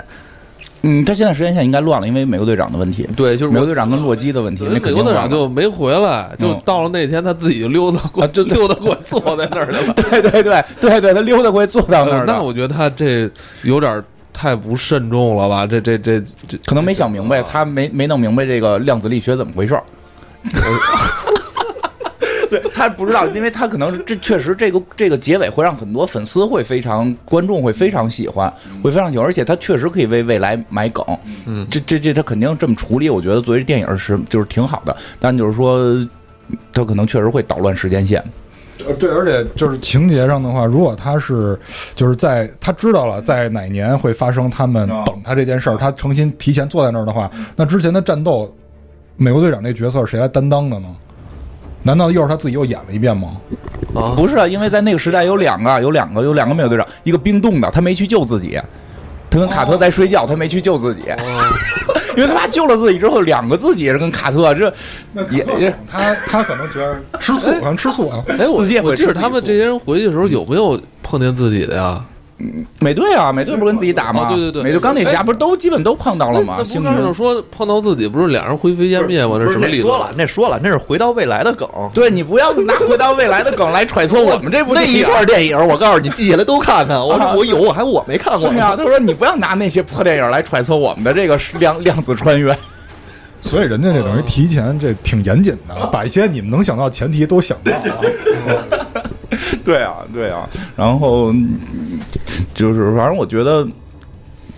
[SPEAKER 2] 嗯，他现在时间线应该乱了，因为美国队长的问题，
[SPEAKER 3] 对，就是
[SPEAKER 2] 美国
[SPEAKER 3] 我
[SPEAKER 2] 队长跟洛基的问题，
[SPEAKER 1] 人美
[SPEAKER 2] 那肯
[SPEAKER 1] 国
[SPEAKER 2] 定
[SPEAKER 1] 队
[SPEAKER 2] 乱
[SPEAKER 1] 长
[SPEAKER 2] 了。
[SPEAKER 1] 就没回来，就
[SPEAKER 2] 嗯啊
[SPEAKER 1] 到了那天他自己就溜达过，就 溜达过来坐在那儿去 了。
[SPEAKER 2] 对对对对对，他溜达回坐到那
[SPEAKER 1] 呃
[SPEAKER 2] 儿
[SPEAKER 1] 那
[SPEAKER 2] 了，
[SPEAKER 1] 我觉得他这有点太不慎重了吧？这这这这，
[SPEAKER 2] 可能没想明白，他没没弄明白这个量子力学怎么回事儿。对他不知道，因为他可能是这确实这个这个结尾会让很多粉丝会非常观众会非常喜欢，会非常喜欢，而且他确实可以为未来埋梗。嗯，这这这他肯定这么处理，我觉得作为电影是就是挺好的，但就是说。它可能确实会捣乱时间线。
[SPEAKER 4] 呃，对，而且就是情节上的话，如果他是就是在他知道了在哪年会发生他们
[SPEAKER 2] 啊
[SPEAKER 4] 等他这件事儿，他诚心提前坐在那儿的话，那之前的战斗，美国队长这角色是谁来担当的呢？难道又是他自己又演了一遍吗？
[SPEAKER 1] 啊，
[SPEAKER 2] 不是啊，因为在那个时代有两个，有两个，有两个美国队长，一个冰冻的，他没去救自己。他跟卡特在睡觉，他没去救自己，
[SPEAKER 1] 哦
[SPEAKER 2] 因为他怕救了自己之后，两个自己是跟卡特这也也
[SPEAKER 4] 他他可能觉得吃醋，可能吃醋啊。
[SPEAKER 1] 哎，我
[SPEAKER 2] 自己也会
[SPEAKER 1] 我记得
[SPEAKER 2] 吃自己
[SPEAKER 1] 他们
[SPEAKER 2] 醋
[SPEAKER 1] 这些人回去的时候有没有碰见自己的呀？
[SPEAKER 2] 美队啊，美队不是跟自己打吗？
[SPEAKER 1] 哦对对对
[SPEAKER 2] 美队钢铁侠不是都基本都碰到了
[SPEAKER 1] 那
[SPEAKER 2] 吗？
[SPEAKER 1] 那
[SPEAKER 2] 幸
[SPEAKER 1] 不
[SPEAKER 2] 运
[SPEAKER 1] 刚才就说碰到自己不是俩人灰飞烟灭吗？
[SPEAKER 3] 不
[SPEAKER 1] 是
[SPEAKER 3] 是
[SPEAKER 1] 什么
[SPEAKER 3] 那
[SPEAKER 1] 理
[SPEAKER 3] 说
[SPEAKER 1] 论？
[SPEAKER 3] 了，那说了，那是回到未来的梗。
[SPEAKER 2] 对你不要拿回到未来的梗来揣测我们这部
[SPEAKER 3] 那
[SPEAKER 2] 电
[SPEAKER 3] 一
[SPEAKER 2] 影。
[SPEAKER 3] 串电影，我告诉你，记下来都看看。我
[SPEAKER 2] 啊
[SPEAKER 3] 我有，我还我没看过
[SPEAKER 2] 对
[SPEAKER 3] 呢。
[SPEAKER 2] 啊，他说你不要拿那些破电影来揣测我们的这个量量子穿越。
[SPEAKER 4] 所以人家这等于提前这挺严谨的，把一些你们能想到的前提都想到了。
[SPEAKER 2] 对啊，对啊。然后嗯就是，反正我觉得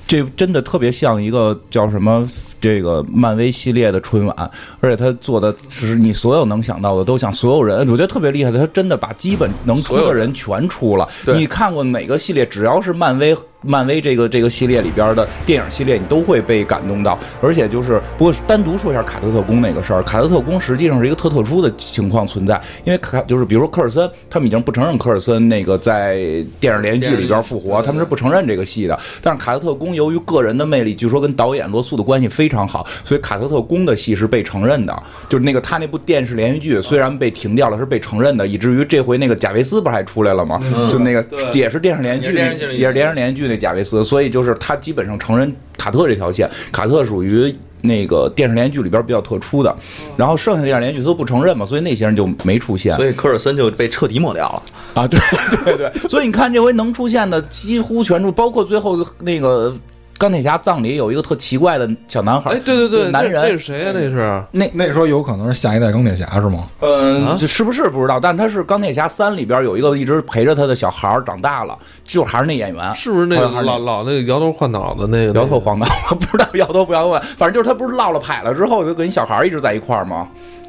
[SPEAKER 2] 这真的特别像一个叫什么这个漫威系列的春晚，而且他做的是你所有能想到的都想所有人，我觉得特别厉害的，他真的把基本能出
[SPEAKER 3] 所有
[SPEAKER 2] 的
[SPEAKER 3] 人
[SPEAKER 2] 人全出了。
[SPEAKER 3] 对
[SPEAKER 2] 你看过哪个系列？只要是漫威。漫威这个这个系列里边的电影系列，你都会被感动到，而且就是不过单独说一下卡特特工那个事儿，卡特特工实际上是一个特特殊的情况存在，因为卡就是比如说科尔森，他们已经不承认科尔森那个在电视连续剧里边复活，他们是不承认这个戏的。但是卡特特工由于个人的魅力，据说跟导演罗素的关系非常好，所以卡特特工的戏是被承认的。就是那个他那部电视连续剧虽然被停掉了，是被承认的，以至于这回那个贾维斯不是还出来了吗？就那个
[SPEAKER 1] 对
[SPEAKER 2] 也是电视连续剧那，
[SPEAKER 3] 嗯也是电视剧里
[SPEAKER 2] 也是连着连续剧那贾维斯，所以就是他基本上承认卡特这条线，卡特属于那个电视连续剧里边比较特殊的，然后剩下的电视连续剧都不承认嘛，所以那些人就没出现。
[SPEAKER 3] 所以科尔森就被彻底抹掉了。
[SPEAKER 2] 啊，对对对，所以你看这回能出现的几乎全出，包括最后那个钢铁侠葬礼有一个特奇怪的小男孩，
[SPEAKER 1] 哎，对对
[SPEAKER 2] 就
[SPEAKER 1] 对，
[SPEAKER 2] 是
[SPEAKER 1] 那那
[SPEAKER 2] 男
[SPEAKER 1] 是
[SPEAKER 2] 人，嗯
[SPEAKER 1] 谁呀？那是
[SPEAKER 2] 那
[SPEAKER 4] 那时候有可能是下一代钢铁侠是吗？
[SPEAKER 2] 嗯、
[SPEAKER 1] 啊
[SPEAKER 2] 这是不是不知道，但他是钢铁侠三里边有一个一直陪着他的小孩儿长大了，就还是那演员，
[SPEAKER 1] 是不是那
[SPEAKER 2] 好
[SPEAKER 1] 个
[SPEAKER 2] 像还是
[SPEAKER 1] 老老那个摇头换脑的那个？
[SPEAKER 2] 摇头晃脑，我不知道摇头不摇头，反正就是他不是落了牌了之后，就跟小孩儿一直在一块儿吗？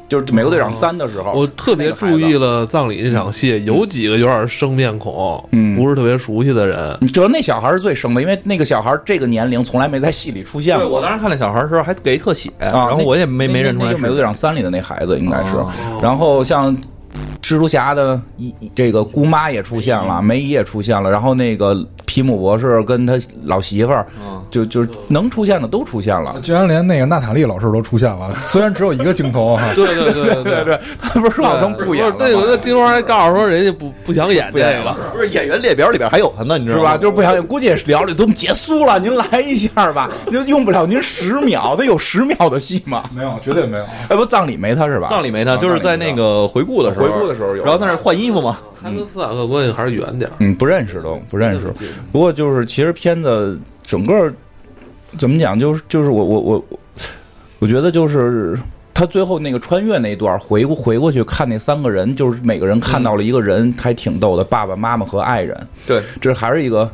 [SPEAKER 2] 就是美国队长三的时候，
[SPEAKER 1] 我特别注意了葬礼这场戏，有几个有点生面孔，
[SPEAKER 2] 嗯
[SPEAKER 1] 不是特别熟悉的人。。
[SPEAKER 2] 你知道那小孩儿是最生的，因为那个小孩儿这个年龄从来没在戏里出现
[SPEAKER 3] 对，
[SPEAKER 2] 过。
[SPEAKER 3] 我当时看那小孩的时候还给特写，
[SPEAKER 2] 啊，
[SPEAKER 3] 然后我也没
[SPEAKER 2] 那
[SPEAKER 3] 没认出
[SPEAKER 2] 那
[SPEAKER 3] 来
[SPEAKER 2] 就是美国队长三里的那孩子应该是
[SPEAKER 3] 哦。
[SPEAKER 2] 然后像蜘蛛侠的一这个姑妈也出现
[SPEAKER 3] 嗯
[SPEAKER 2] 了，梅姨也出现了，然后那个皮姆博士跟他老媳妇儿
[SPEAKER 3] 嗯，
[SPEAKER 2] 就就是能出现的都出现了。
[SPEAKER 4] 居然连那个娜塔莉老师都出现了，虽然只有一个镜头啊哈
[SPEAKER 1] 对对对对
[SPEAKER 2] 对
[SPEAKER 1] 对
[SPEAKER 2] 对，他不是说好像不演了吗
[SPEAKER 1] 那有的金花还告诉说人家不不想演
[SPEAKER 2] 不
[SPEAKER 1] 这个
[SPEAKER 2] 演了。
[SPEAKER 3] 不是演员列表里边还有他呢，你知
[SPEAKER 2] 是
[SPEAKER 3] 道
[SPEAKER 2] 吧？
[SPEAKER 3] 吗？
[SPEAKER 2] 就是不想，估计也是聊了，都结束了，您来一下吧，就用不了您十秒，他有十秒的戏吗？
[SPEAKER 4] 没有，绝对没有。
[SPEAKER 2] 哎，不葬礼没他是吧？
[SPEAKER 3] 葬礼没
[SPEAKER 2] 啊
[SPEAKER 3] 呢，就是在
[SPEAKER 2] 葬礼
[SPEAKER 3] 那
[SPEAKER 2] 没他
[SPEAKER 3] 个回顾的时候，
[SPEAKER 2] 回顾的时候有
[SPEAKER 3] 然后在那换衣服嘛，
[SPEAKER 1] 他跟斯塔克关系还是远点儿。
[SPEAKER 2] 嗯，不认识都不认识
[SPEAKER 1] 不记得。
[SPEAKER 2] 不过就是其实片子整个怎么讲，就是就是我我我我觉得就是。他最后那个穿越那一段，回过回过去看那三个人，就是每个人看到了一个人，还挺逗的，爸爸妈妈和爱人。
[SPEAKER 3] 对，
[SPEAKER 2] 这还是一个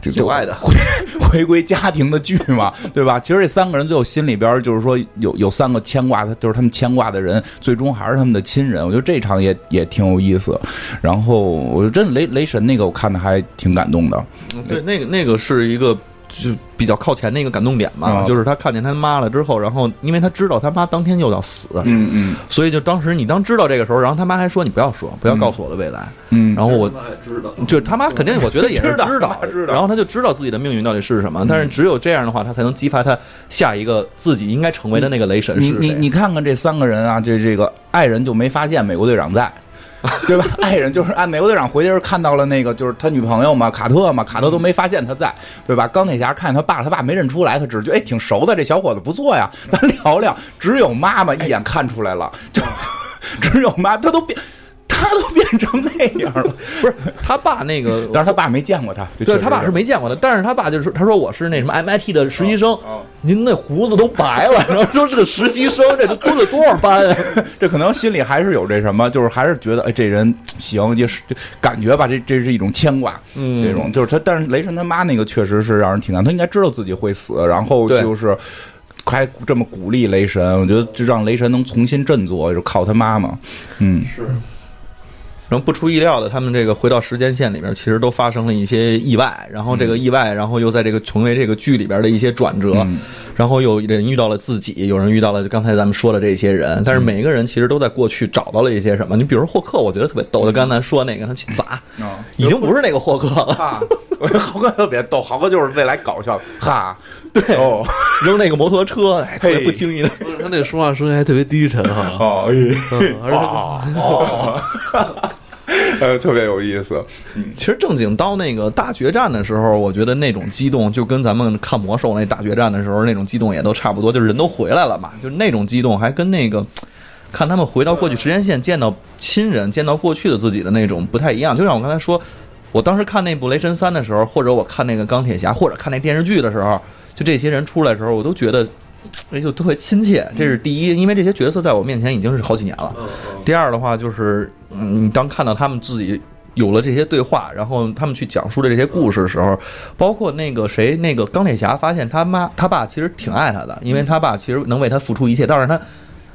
[SPEAKER 2] 就
[SPEAKER 3] 有爱的
[SPEAKER 2] 回回归家庭的剧嘛， 对吧？其实这三个人最后心里边儿就是说有有三个牵挂，就是他们牵挂的人，最终还是他们的亲人。我觉得这场也也挺有意思。然后我觉得真的雷雷神那个我看的还挺感动的，
[SPEAKER 3] 对，那个那个是一个。就比较靠前的一个感动点嘛，
[SPEAKER 2] 啊
[SPEAKER 3] 就是他看见他妈了之后，然后因为他知道他妈当天就要死，
[SPEAKER 2] 嗯嗯
[SPEAKER 3] 所以就当时你当知道这个时候，然后他妈还说你不要说，不要告诉我的未来。
[SPEAKER 2] 嗯，
[SPEAKER 3] 然后我
[SPEAKER 1] 他也知道，
[SPEAKER 3] 就他妈肯定，我觉得也是
[SPEAKER 2] 知道
[SPEAKER 3] 知
[SPEAKER 2] 他
[SPEAKER 3] 道
[SPEAKER 2] 妈，知道嗯
[SPEAKER 3] 然后他就知道自己的命运到底是什么。但是只有这样的话，他才能激发他下一个自己应该成为的那个雷神
[SPEAKER 2] 你
[SPEAKER 3] 是
[SPEAKER 2] 你
[SPEAKER 3] 谁。
[SPEAKER 2] 你看看这三个人啊，这这个爱人就没发现美国队长在。对吧？ 爱人就是啊，美国队长回去时候看到了那个，就是他女朋友嘛，卡特嘛，卡特都没发现他在，对吧？钢铁侠看他爸，他爸没认出来，他只是觉得哎挺熟的，这小伙子不错呀，咱聊聊。只有妈妈一眼看出来了，就只有妈，他都变，他都变成那样了。
[SPEAKER 3] 不是他爸那个，
[SPEAKER 2] 但是他爸没见过他，就
[SPEAKER 3] 对
[SPEAKER 2] 确实
[SPEAKER 3] 他爸是没见过的，但是他爸就是他说我是那什么 MIT 的实习
[SPEAKER 2] 哦
[SPEAKER 3] 生，您那胡子都白了， 然后说是个实习生，这都蹲了多少班啊？
[SPEAKER 2] 这可能心里还是有这什么，就是还是觉得哎，这人行，就是就感觉吧，这这是一种牵挂，
[SPEAKER 3] 嗯
[SPEAKER 2] 这种就是他。但是雷神他妈那个确实是让人挺难，他应该知道自己会死，然后
[SPEAKER 3] 对
[SPEAKER 2] 就是还这么鼓励雷神，我觉得这让雷神能重新振作，就是靠他妈妈。嗯，
[SPEAKER 3] 然后不出意料的，他们这个回到时间线里边，其实都发生了一些意外，然后这个意外，然后又在这个成为这个剧里边的一些转折，然后有人遇到了自己，有人遇到了刚才咱们说的这些人，但是每一个人其实都在过去找到了一些什么。你比如说霍克，我觉得特别逗的，刚才说那个他去砸， 已经不是那个霍克了，
[SPEAKER 2] 哈，我觉得豪哥特别逗，豪哥就是未来搞笑，哈，对哦
[SPEAKER 3] 扔那个摩托车，哎，特别不经意的。
[SPEAKER 1] 不是他那说话声音还特别低沉哈，
[SPEAKER 2] 哦，哎
[SPEAKER 1] 嗯，而且他
[SPEAKER 2] 哦哦， 呃，特别有意思，
[SPEAKER 3] 其实正经到那个大决战的时候，我觉得那种激动就跟咱们看魔兽那大决战的时候那种激动也都差不多，就是人都回来了嘛，就是那种激动还跟那个看他们回到过去时间线见到亲人、见到过去的自己的那种不太一样。就像我刚才说，我当时看那部《雷神三》的时候，或者我看那个钢铁侠，或者看那电视剧的时候，就这些人出来的时候，我都觉得。哎，就特别亲切，这是第一，因为这些角色在我面前已经是好几年了。第二的话就是，嗯，你当看到他们自己有了这些对话，然后他们去讲述的这些故事的时候，包括那个谁，那个钢铁侠发现他妈他爸其实挺爱他的，因为他爸其实能为他付出一切，但是他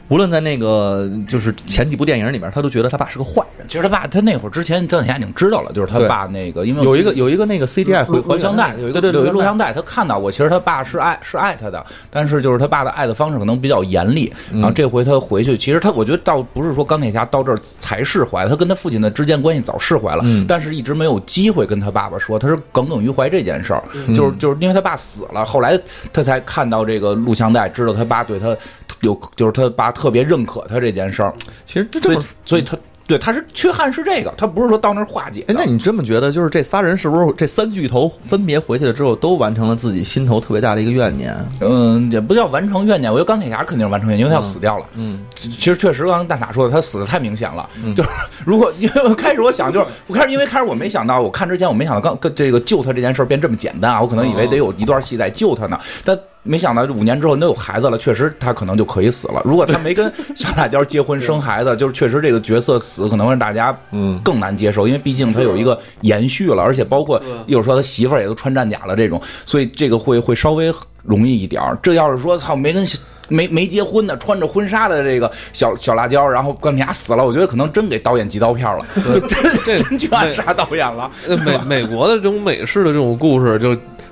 [SPEAKER 3] 无论在那个就是前几部电影里面，他都觉得他爸是个坏人。
[SPEAKER 2] 其实他爸他那会儿之前钢铁侠已经知道了，就是他
[SPEAKER 3] 对
[SPEAKER 2] 爸那个，因为我
[SPEAKER 3] 有一
[SPEAKER 2] 记
[SPEAKER 3] 个
[SPEAKER 2] 得
[SPEAKER 3] 有一个那个 CGI 哎回
[SPEAKER 2] 录录像带，有一个
[SPEAKER 3] 对对
[SPEAKER 2] 有一个录
[SPEAKER 3] 像
[SPEAKER 2] 像带，他看到过，其实他爸是爱是爱他的，但是就是他爸的爱的方式可能比较严厉。然
[SPEAKER 3] 嗯
[SPEAKER 2] 后这回他回去，其实他我觉得倒不是说钢铁侠到这儿才释怀，他跟他父亲的之间关系早释怀了，
[SPEAKER 3] 嗯
[SPEAKER 2] 但是一直没有机会跟他爸爸说，他是耿耿于怀这件事儿，
[SPEAKER 3] 嗯
[SPEAKER 2] 就是就是因为他爸死了，后来他才看到这个录像带，知道他爸对他有就是他爸特别认可他这件事儿，
[SPEAKER 3] 其实这
[SPEAKER 2] 所
[SPEAKER 3] 这
[SPEAKER 2] 以
[SPEAKER 3] 么。
[SPEAKER 2] 所以他对他是缺憾是这个，他不是说到那儿化解
[SPEAKER 3] 哎
[SPEAKER 2] 的，
[SPEAKER 3] 那你这么觉得，就是这仨人是不是这三巨头分别回去了之后，都完成了自己心头特别大的一个怨念？
[SPEAKER 2] 嗯，也不叫完成怨念，我觉得钢铁侠肯定是完成怨念，因为他要死掉了。
[SPEAKER 3] 嗯，
[SPEAKER 2] 其其实确实，刚刚大傻说的，他死的太明显了。就是如果因为我开始我想就是，我开始因为开始我没想到，我看之前我没想到刚跟这个救他这件事儿变这么简单啊，我可能以为得有一段戏在救他呢，但。没想到这五年之后，那有孩子了，确实他可能就可以死了。如果他没跟小辣椒结婚生孩子，就是确实这个角色死可能让大家
[SPEAKER 3] 嗯
[SPEAKER 2] 更难接受，因为毕竟他有一个延续了，而且包括
[SPEAKER 1] 对
[SPEAKER 2] 一会儿说他媳妇儿也都穿战甲了这种，所以这个会会稍微容易一点儿。这要是说操没跟小没没结婚的穿着婚纱的这个小小辣椒，然后钢铁侠死了，我觉得可能真给导演寄刀片了，就
[SPEAKER 1] 这
[SPEAKER 2] 真真去暗杀导演了。
[SPEAKER 1] 呃，美美国的这种美式的这种故事，就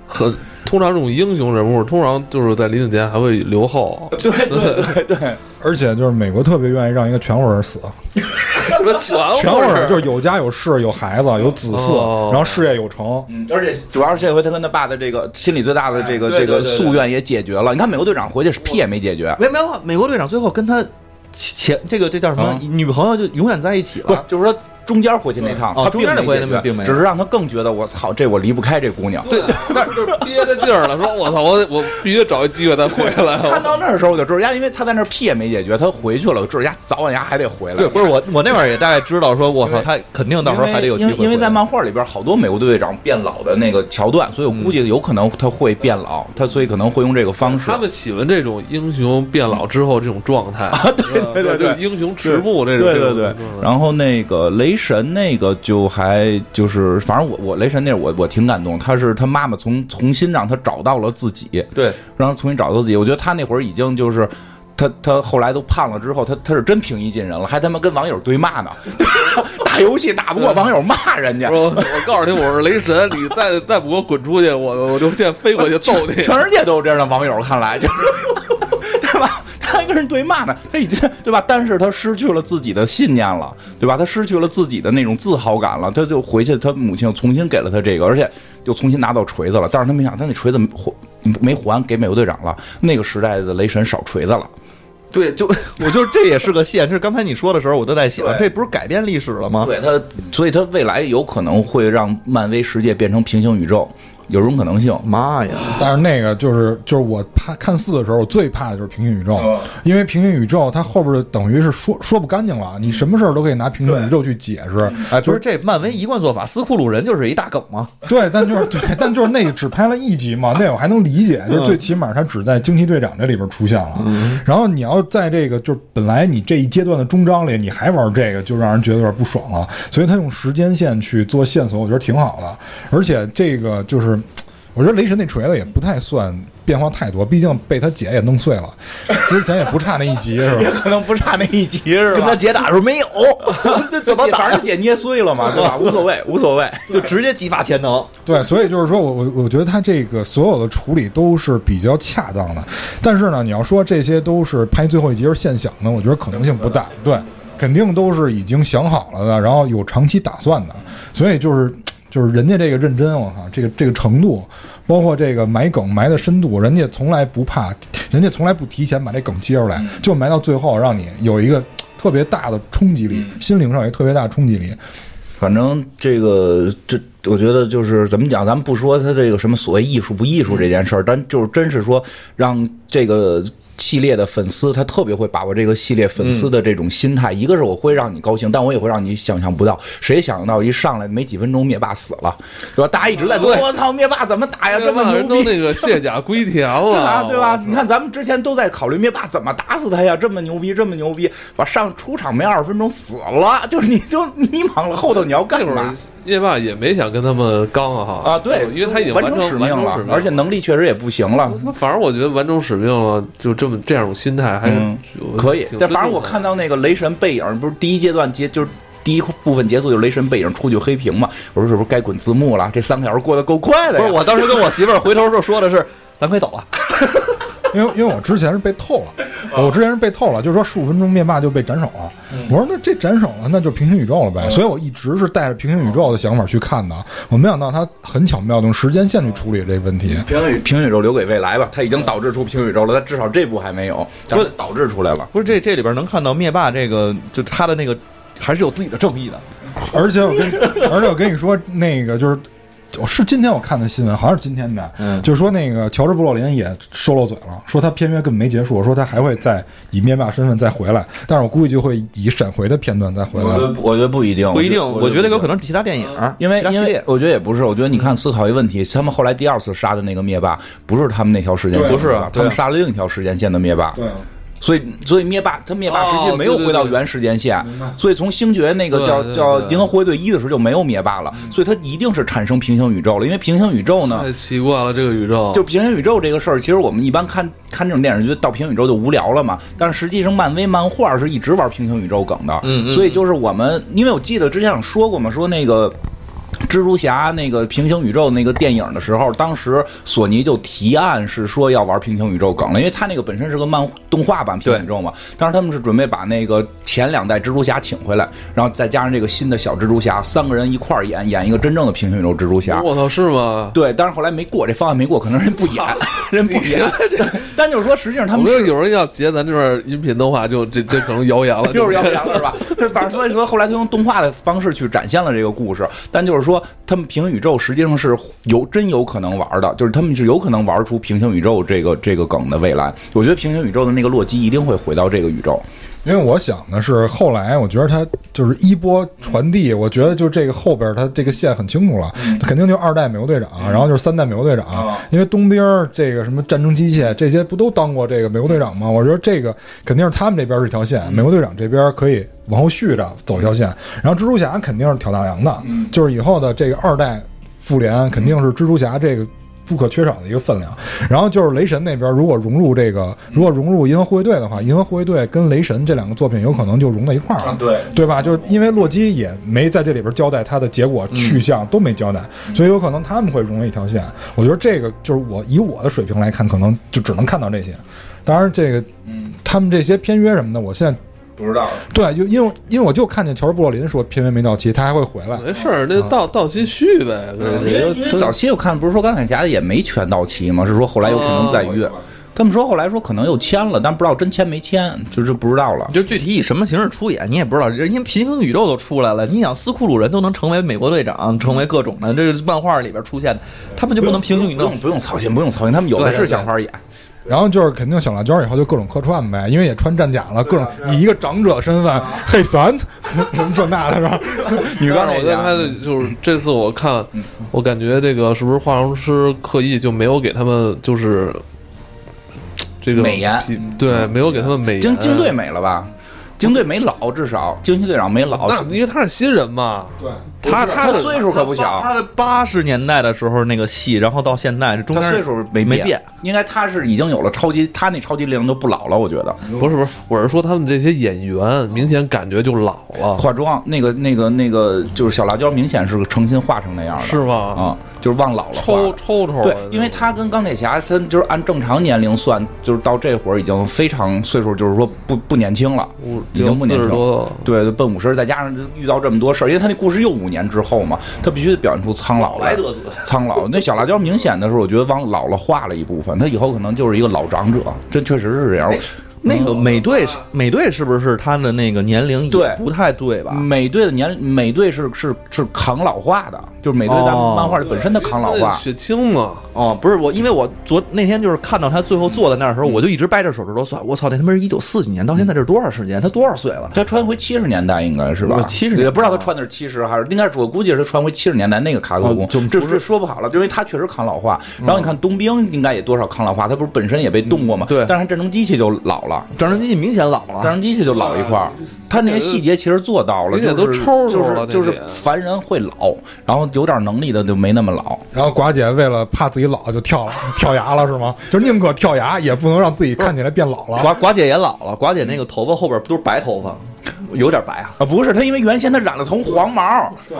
[SPEAKER 1] 很通常这种英雄人物，通常就是在临死前还会留 后，
[SPEAKER 2] 对对对对，
[SPEAKER 4] 而且就是美国特别愿意让一个全乎人死，
[SPEAKER 1] 什么全
[SPEAKER 4] 全乎人就是有家有室有孩子有子嗣，
[SPEAKER 1] 哦
[SPEAKER 4] 然后事业有成。
[SPEAKER 2] 嗯，而且主要是这回他跟他爸的这个心里最大的这个
[SPEAKER 3] 哎对
[SPEAKER 2] 这个
[SPEAKER 3] 对对对
[SPEAKER 2] 夙愿也解决了。你看美国队长回去是屁也没解决，啊
[SPEAKER 3] 没有没有，美国队长最后跟他前这个这叫什么、
[SPEAKER 2] 啊
[SPEAKER 3] 女朋友就永远在一起
[SPEAKER 2] 不是
[SPEAKER 3] 了。
[SPEAKER 2] 就是说中间回去那趟
[SPEAKER 3] 啊哦
[SPEAKER 2] 他
[SPEAKER 3] 中
[SPEAKER 2] 并
[SPEAKER 3] 间那
[SPEAKER 2] 没
[SPEAKER 3] 回
[SPEAKER 2] 解
[SPEAKER 3] 那并没
[SPEAKER 2] 决，
[SPEAKER 3] 有
[SPEAKER 2] 只是让他更觉得我操，这我离不开这姑娘。
[SPEAKER 1] 对，但是就是憋着劲儿了，说我操，我得我必须得找一机会再回 来。
[SPEAKER 2] 看到那儿的时候我就知道，呀，因为他在那儿屁也没解决，他回去了，我知道呀，早晚呀还得回来。
[SPEAKER 3] 对，不是我，我那会儿也大概知道说，我操，
[SPEAKER 2] 因为
[SPEAKER 3] 他肯定到时候还得有机会
[SPEAKER 2] 因为因为
[SPEAKER 3] 回
[SPEAKER 2] 在
[SPEAKER 3] 来
[SPEAKER 2] 漫画里边，好多美国队队长变老的那个桥段，所以我估
[SPEAKER 3] 嗯
[SPEAKER 2] 计有可能他会变老，他所以可能会用这个方式
[SPEAKER 1] 他。们喜欢这种英雄变老之后这种状态，
[SPEAKER 2] 啊对对对
[SPEAKER 1] 就
[SPEAKER 2] 对
[SPEAKER 1] 是。英雄迟暮这种。
[SPEAKER 2] 对对
[SPEAKER 1] 这种嗯
[SPEAKER 2] 对，
[SPEAKER 1] 状态
[SPEAKER 2] 然后那个雷神那个就还就是，反正我我雷神那我我挺感动，他是他妈妈从重新让他找到了自己，
[SPEAKER 3] 对，
[SPEAKER 2] 让他重新找到自己。我觉得他那会儿已经就是。他他后来都胖了之后，他他是真平易近人了，还他妈跟网友对骂呢， 打游戏打不过网友骂人家
[SPEAKER 1] 我，说我告诉你，我是雷神，你再再不给我滚出去，我我就现在飞过去揍你。
[SPEAKER 2] 啊全 世界都是这样的网友，看来就是，对吧？他还跟人对骂呢，他已经对吧？但是他失去了自己的信念了，对吧？他失去了自己的那种自豪感了，他就回去，他母亲又重新给了他这个，而且又重新拿到锤子了。但是他没想，他那锤子没没还给美国队长了。那个时代的雷神少锤子了，
[SPEAKER 3] 对，就
[SPEAKER 1] 哎
[SPEAKER 3] 我就这也是个线，这是刚才你说的时候，我都在想，
[SPEAKER 2] 对
[SPEAKER 3] 这不是改变历史了吗？
[SPEAKER 2] 对他，所以他未来有可能会让漫威世界变成平行宇宙，有这种可能性。
[SPEAKER 3] 妈呀，
[SPEAKER 4] 但是那个就是就是我怕看四的时候，我最怕的就是平行宇宙，因为平行宇宙它后边儿等于是说说不干净了，你什么事儿都可以拿平行宇宙去解释。
[SPEAKER 3] 哎，不是这漫威一贯做法，斯库鲁人就是一大梗吗？
[SPEAKER 4] 对，但就是对，但就是那只拍了一集嘛，那我还能理解，就是最起码他只在惊奇队长这里边出现了。然后你要在这个就是本来你这一阶段的终章里，你还玩这个，就让人觉得有点不爽了。所以他用时间线去做线索，我觉得挺好的。而且这个就是，我觉得雷神那锤子也不太算。变化太多，毕竟被他姐也弄碎了，之前也不差那一集是吧？
[SPEAKER 2] 可能不差那一集是吧？
[SPEAKER 3] 跟他姐打的时候没有，这怎么打
[SPEAKER 2] 反正姐捏碎了嘛，对吧？无所谓，无所谓。
[SPEAKER 3] 就直接激发潜能。
[SPEAKER 4] 对，所以就是说我我我觉得他这个所有的处理都是比较恰当的，但是呢，你要说这些都是拍最后一集是现想的，我觉得可能性不大，对，肯定都是已经想好了的，然后有长期打算的，所以就是就是人家这个认真，我靠，这个这个程度，包括这个埋梗埋的深度，人家从来不怕，人家从来不提前把这梗接出来，就埋到最后，让你有一个特别大的冲击力，心灵上有一个特别大的冲击力，
[SPEAKER 2] 反正这个这，我觉得就是怎么讲，咱们不说他这个什么所谓艺术不艺术这件事儿，但就是真是说让这个。系列的粉丝，他特别会把握这个系列粉
[SPEAKER 3] 嗯
[SPEAKER 2] 丝的这种心态。一个是我会让你高兴，但我也会让你想象不到。谁想到一上来没几分钟，灭霸死了，对吧？大家一直在说：“我操，灭霸怎么打呀？这么
[SPEAKER 1] 人
[SPEAKER 2] 牛
[SPEAKER 1] 都
[SPEAKER 2] 逼！”
[SPEAKER 1] 那个卸甲归田了，
[SPEAKER 2] 对啊吧？对吧？
[SPEAKER 1] 啊
[SPEAKER 2] 你
[SPEAKER 1] 我
[SPEAKER 2] 看，咱们之前都在考虑灭霸怎么打死他呀，这么牛逼，这么牛逼，把上出场没二十分钟死了，就是你就迷茫了，后头你要
[SPEAKER 1] 操
[SPEAKER 2] 干
[SPEAKER 1] 那会儿
[SPEAKER 2] 嘛？
[SPEAKER 1] 灭霸也没想跟他们刚啊哈
[SPEAKER 2] 啊，对，
[SPEAKER 1] 因为他已经
[SPEAKER 2] 完
[SPEAKER 1] 成
[SPEAKER 2] 使命
[SPEAKER 1] 完成
[SPEAKER 2] 了，而且能力确实也不行了。
[SPEAKER 1] 那反正我觉得完成使命了，就这么这样种心态还是
[SPEAKER 2] 嗯
[SPEAKER 1] 就
[SPEAKER 2] 可以
[SPEAKER 1] 挺。
[SPEAKER 2] 但
[SPEAKER 1] 尊
[SPEAKER 2] 反正
[SPEAKER 1] 重
[SPEAKER 2] 我
[SPEAKER 1] 的
[SPEAKER 2] 看到那个雷神背影，不是第一阶段结就是。第一部分结束就是雷神背影出去黑屏嘛，我说是不是该滚字幕了？这三个小时过得够快的
[SPEAKER 3] 不
[SPEAKER 2] 呀！
[SPEAKER 3] 是，我当时跟我媳妇儿回头就说的是，咱快走啊。
[SPEAKER 4] 因为因为我之前是被透了，我之前是被透了，就是说十五分钟灭霸就被斩首了。我说那这斩首了，那就平行宇宙了呗。所以我一直是带着平行宇宙的想法去看的。我没想到他很巧妙地用时间线去处理这个问题。
[SPEAKER 2] 平宇平宇宙留给未来吧，它已经导致出平宇宙了，它至少这部还没有，咱们导致出来了。
[SPEAKER 3] 不是这这里边能看到灭霸这个，就他的那个还是有自己的正义的。
[SPEAKER 4] 而且我跟，而且我跟你说，那个就是。是今天我看的新闻，好像是今天的，
[SPEAKER 3] 嗯
[SPEAKER 4] 就是说那个乔治·布洛林也收漏嘴了，说他片约根本没结束，说他还会再以灭霸身份再回来，但是我估计就会以闪回的片段再回来。
[SPEAKER 2] 我觉得不一定，
[SPEAKER 3] 不一定，
[SPEAKER 2] 我
[SPEAKER 3] 我觉得有可能是其他电影，
[SPEAKER 2] 因为
[SPEAKER 3] 其他系
[SPEAKER 2] 因为
[SPEAKER 3] 列
[SPEAKER 2] 我觉得也不是，我觉得你看思考一个问题，他们后来第二次杀的那个灭霸不是他们那条时间线的
[SPEAKER 3] 对不啊是
[SPEAKER 2] 灭霸，他们杀了另一条时间线的灭霸，
[SPEAKER 4] 对啊，
[SPEAKER 2] 所以所以灭霸他灭霸实际
[SPEAKER 1] 哦
[SPEAKER 2] 没有
[SPEAKER 1] 对对
[SPEAKER 2] 回到
[SPEAKER 1] 对
[SPEAKER 2] 原时间线
[SPEAKER 4] 明白，
[SPEAKER 2] 所以从星爵那个
[SPEAKER 1] 对
[SPEAKER 2] 叫
[SPEAKER 1] 对
[SPEAKER 2] 叫
[SPEAKER 1] 对
[SPEAKER 2] 银河护卫队一的时候就没有灭霸了，
[SPEAKER 3] 嗯
[SPEAKER 2] 所以它一定是产生平行宇宙了，因为平行宇宙呢
[SPEAKER 1] 太。奇怪了，这个宇
[SPEAKER 3] 哦
[SPEAKER 1] 宙
[SPEAKER 2] 就平行宇宙这个事儿，其实我们一般看看这种电视剧，到平行宇宙就无聊了嘛。但是实际上，漫威漫画是一直玩平行宇宙梗的，
[SPEAKER 3] 嗯嗯
[SPEAKER 2] 所以就是我们，因为我记得之前有说过嘛，说那个。蜘蛛侠那个平行宇宙那个电影的时候，当时索尼就提案是说要玩平行宇宙梗了，因为它那个本身是个漫动画版平行宇宙嘛。当时他们是准备把那个前两代蜘蛛侠请回来，然后再加上这个新的小蜘蛛侠，三个人一块儿演演一个真正的平行宇宙蜘蛛侠。
[SPEAKER 1] 我操是吗？
[SPEAKER 2] 对，但是后来没过，这方案没过，可能人不演， 人不演。 但就是说，实际上他
[SPEAKER 1] 我
[SPEAKER 2] 们
[SPEAKER 1] 们
[SPEAKER 2] 是
[SPEAKER 1] 有人要截咱这段音频的话，就这这可能谣言 了，
[SPEAKER 2] 又是要不然了是吧？就是反正所以说，后来他用动画的方式去展现了这个故事。但就是说，他们平行宇宙实际上是有真有可能玩的，就是他们是有可能玩出平行宇宙这个这个梗的未来。我觉得平行宇宙的那个洛基一定会回到这个宇宙。
[SPEAKER 4] 因为我想的是，后来我觉得他就是一波传递，我觉得就这个后边他这个线很清楚了，肯定就二代美国队长，然后就是三代美国队长，因为东边儿这个什么战争机械这些不都当过这个美国队长吗？我觉得这个肯定是他们这边是一条线，美国队长这边可以往后续着走一条线，然后蜘蛛侠肯定是挑大梁的，就是以后的这个二代复联肯定是蜘蛛侠这个。不可缺少的一个分量。然后就是雷神那边，如果融入这个，如果融入银河护卫队的话，银河护卫队跟雷神这两个作品有可能就融到一块儿了，
[SPEAKER 2] 啊对
[SPEAKER 4] 对吧？就是因为洛基也没在这里边交代他的结
[SPEAKER 2] 嗯
[SPEAKER 4] 果去向，都没交代，所以有可能他们会融为一条线。我觉得这个就是我以我的水平来看，可能就只能看到这些。当然，这个他们这些片约什么的，我现在。
[SPEAKER 2] 嗯不知道，
[SPEAKER 4] 对，就因为因为我就看见乔治·布洛林说片约没到期，他还会回来。
[SPEAKER 1] 没事儿，那到到期续呗。
[SPEAKER 2] 嗯因为因为早期我看不是说钢铁侠也没全到期吗？是说后来有可能再约。他们说后来说可能又签了，但不知道真签没签，就是不知道了。
[SPEAKER 3] 就具体以什么形式出演，你也不知道。人家平行宇宙都出来了，你想斯库鲁人都能成为美国队长，成为各种的，这是漫画里边出现的，他们就不能平行宇
[SPEAKER 2] 不
[SPEAKER 3] 宙
[SPEAKER 2] 用？不用操心，不用操心，他们有的
[SPEAKER 3] 对
[SPEAKER 2] 是
[SPEAKER 3] 对
[SPEAKER 2] 想法演。
[SPEAKER 4] 然后就是肯定小辣椒以后就各种客串呗，因为也穿战甲了，各种以一个长者身份，嘿三什 么这那的是吧？
[SPEAKER 2] 女
[SPEAKER 1] 但是
[SPEAKER 2] 钢
[SPEAKER 1] 我
[SPEAKER 2] 铁
[SPEAKER 1] 觉得他
[SPEAKER 2] 侠，
[SPEAKER 1] 的就是这次我看，
[SPEAKER 2] 嗯
[SPEAKER 1] 我感觉这个是不是化妆师刻意就没有给他们就是这个
[SPEAKER 2] 美颜嗯
[SPEAKER 1] 皮，对，没有给他们美颜。啊
[SPEAKER 2] 京京队美了吧？惊队没老，至少惊奇队长没老。
[SPEAKER 1] 那因为他是新人嘛，
[SPEAKER 4] 对，
[SPEAKER 1] 他
[SPEAKER 2] 他
[SPEAKER 1] 的
[SPEAKER 2] 岁数可不小，
[SPEAKER 3] 他八十年代的时候那个戏，然后到现在，这中
[SPEAKER 2] 他
[SPEAKER 3] 间
[SPEAKER 2] 岁数没
[SPEAKER 3] 没
[SPEAKER 2] 变，应该他是已经有了超级，他那超级力量就不老了，我觉得。
[SPEAKER 1] 不是不是，我是说他们这些演员明显感觉就老了，
[SPEAKER 2] 化妆那个那个那个就是小辣椒，明显是诚心画成那样的，
[SPEAKER 1] 是吗？
[SPEAKER 2] 啊、就是往老了画
[SPEAKER 1] 抽。抽抽，啊
[SPEAKER 2] 对，因为他跟钢铁侠，他就是按正常年龄算，就是到这会儿已经非常岁数，就是说不不年轻了，已经不
[SPEAKER 1] 四
[SPEAKER 2] 年
[SPEAKER 1] 十
[SPEAKER 2] 轻了。
[SPEAKER 1] 多了，
[SPEAKER 2] 对，奔五十，再加上遇到这么多事儿，因为他那故事又五年之后嘛，他必须得表现出苍老来。
[SPEAKER 3] 子，
[SPEAKER 2] 苍老，那小辣椒明显的是，我觉得往老了化了一部分，他以后可能就是一个老长者，这确实是这样。
[SPEAKER 3] 那个嗯美队是美队是不是他的那个年龄
[SPEAKER 2] 啊对嗯
[SPEAKER 3] 也不太对吧？
[SPEAKER 2] 美队的年，美队是是是抗老化的，就是美队
[SPEAKER 3] 哦
[SPEAKER 2] 在漫画里本身的抗老化。
[SPEAKER 1] 血清嘛，
[SPEAKER 3] 哦，不是我，因为我昨那天就是看到他最后坐在那儿的时候，
[SPEAKER 2] 嗯
[SPEAKER 3] 我就一直掰着手指头算，我操，那他妈是一九四几年到现在这是多少时间？他多少岁了？
[SPEAKER 2] 他穿回七十年代应该是吧？
[SPEAKER 3] 70年代
[SPEAKER 2] 也不知道他穿的是七十还是，应该是我估计是他穿回七十年代那个卡特工，
[SPEAKER 3] 哦就
[SPEAKER 2] 这这说不好了，因为他确实抗老化。然后你看冬兵应该也多少抗老化，他不是本身也被冻过吗？
[SPEAKER 3] 对啊
[SPEAKER 2] 但是战争机器就老了。
[SPEAKER 3] 战争机器明显老
[SPEAKER 2] 战
[SPEAKER 3] 了，
[SPEAKER 2] 争机器就老一块儿，他那些细节其实做到了，
[SPEAKER 1] 人家
[SPEAKER 2] 就
[SPEAKER 1] 都
[SPEAKER 2] 是
[SPEAKER 1] 抽着
[SPEAKER 2] 就
[SPEAKER 1] 了
[SPEAKER 2] 是就是
[SPEAKER 1] 那些
[SPEAKER 2] 凡人会老，然后有点能力的就没那么老。
[SPEAKER 4] 然后寡姐为了怕自己老，就跳了跳崖了，是吗？就是宁可跳崖，也不能让自己看起来变老了。
[SPEAKER 3] 寡寡姐也老了，寡姐那个头发后边不都是白头发，有点白啊，
[SPEAKER 2] 啊，不是他，因为原先他染了头黄毛，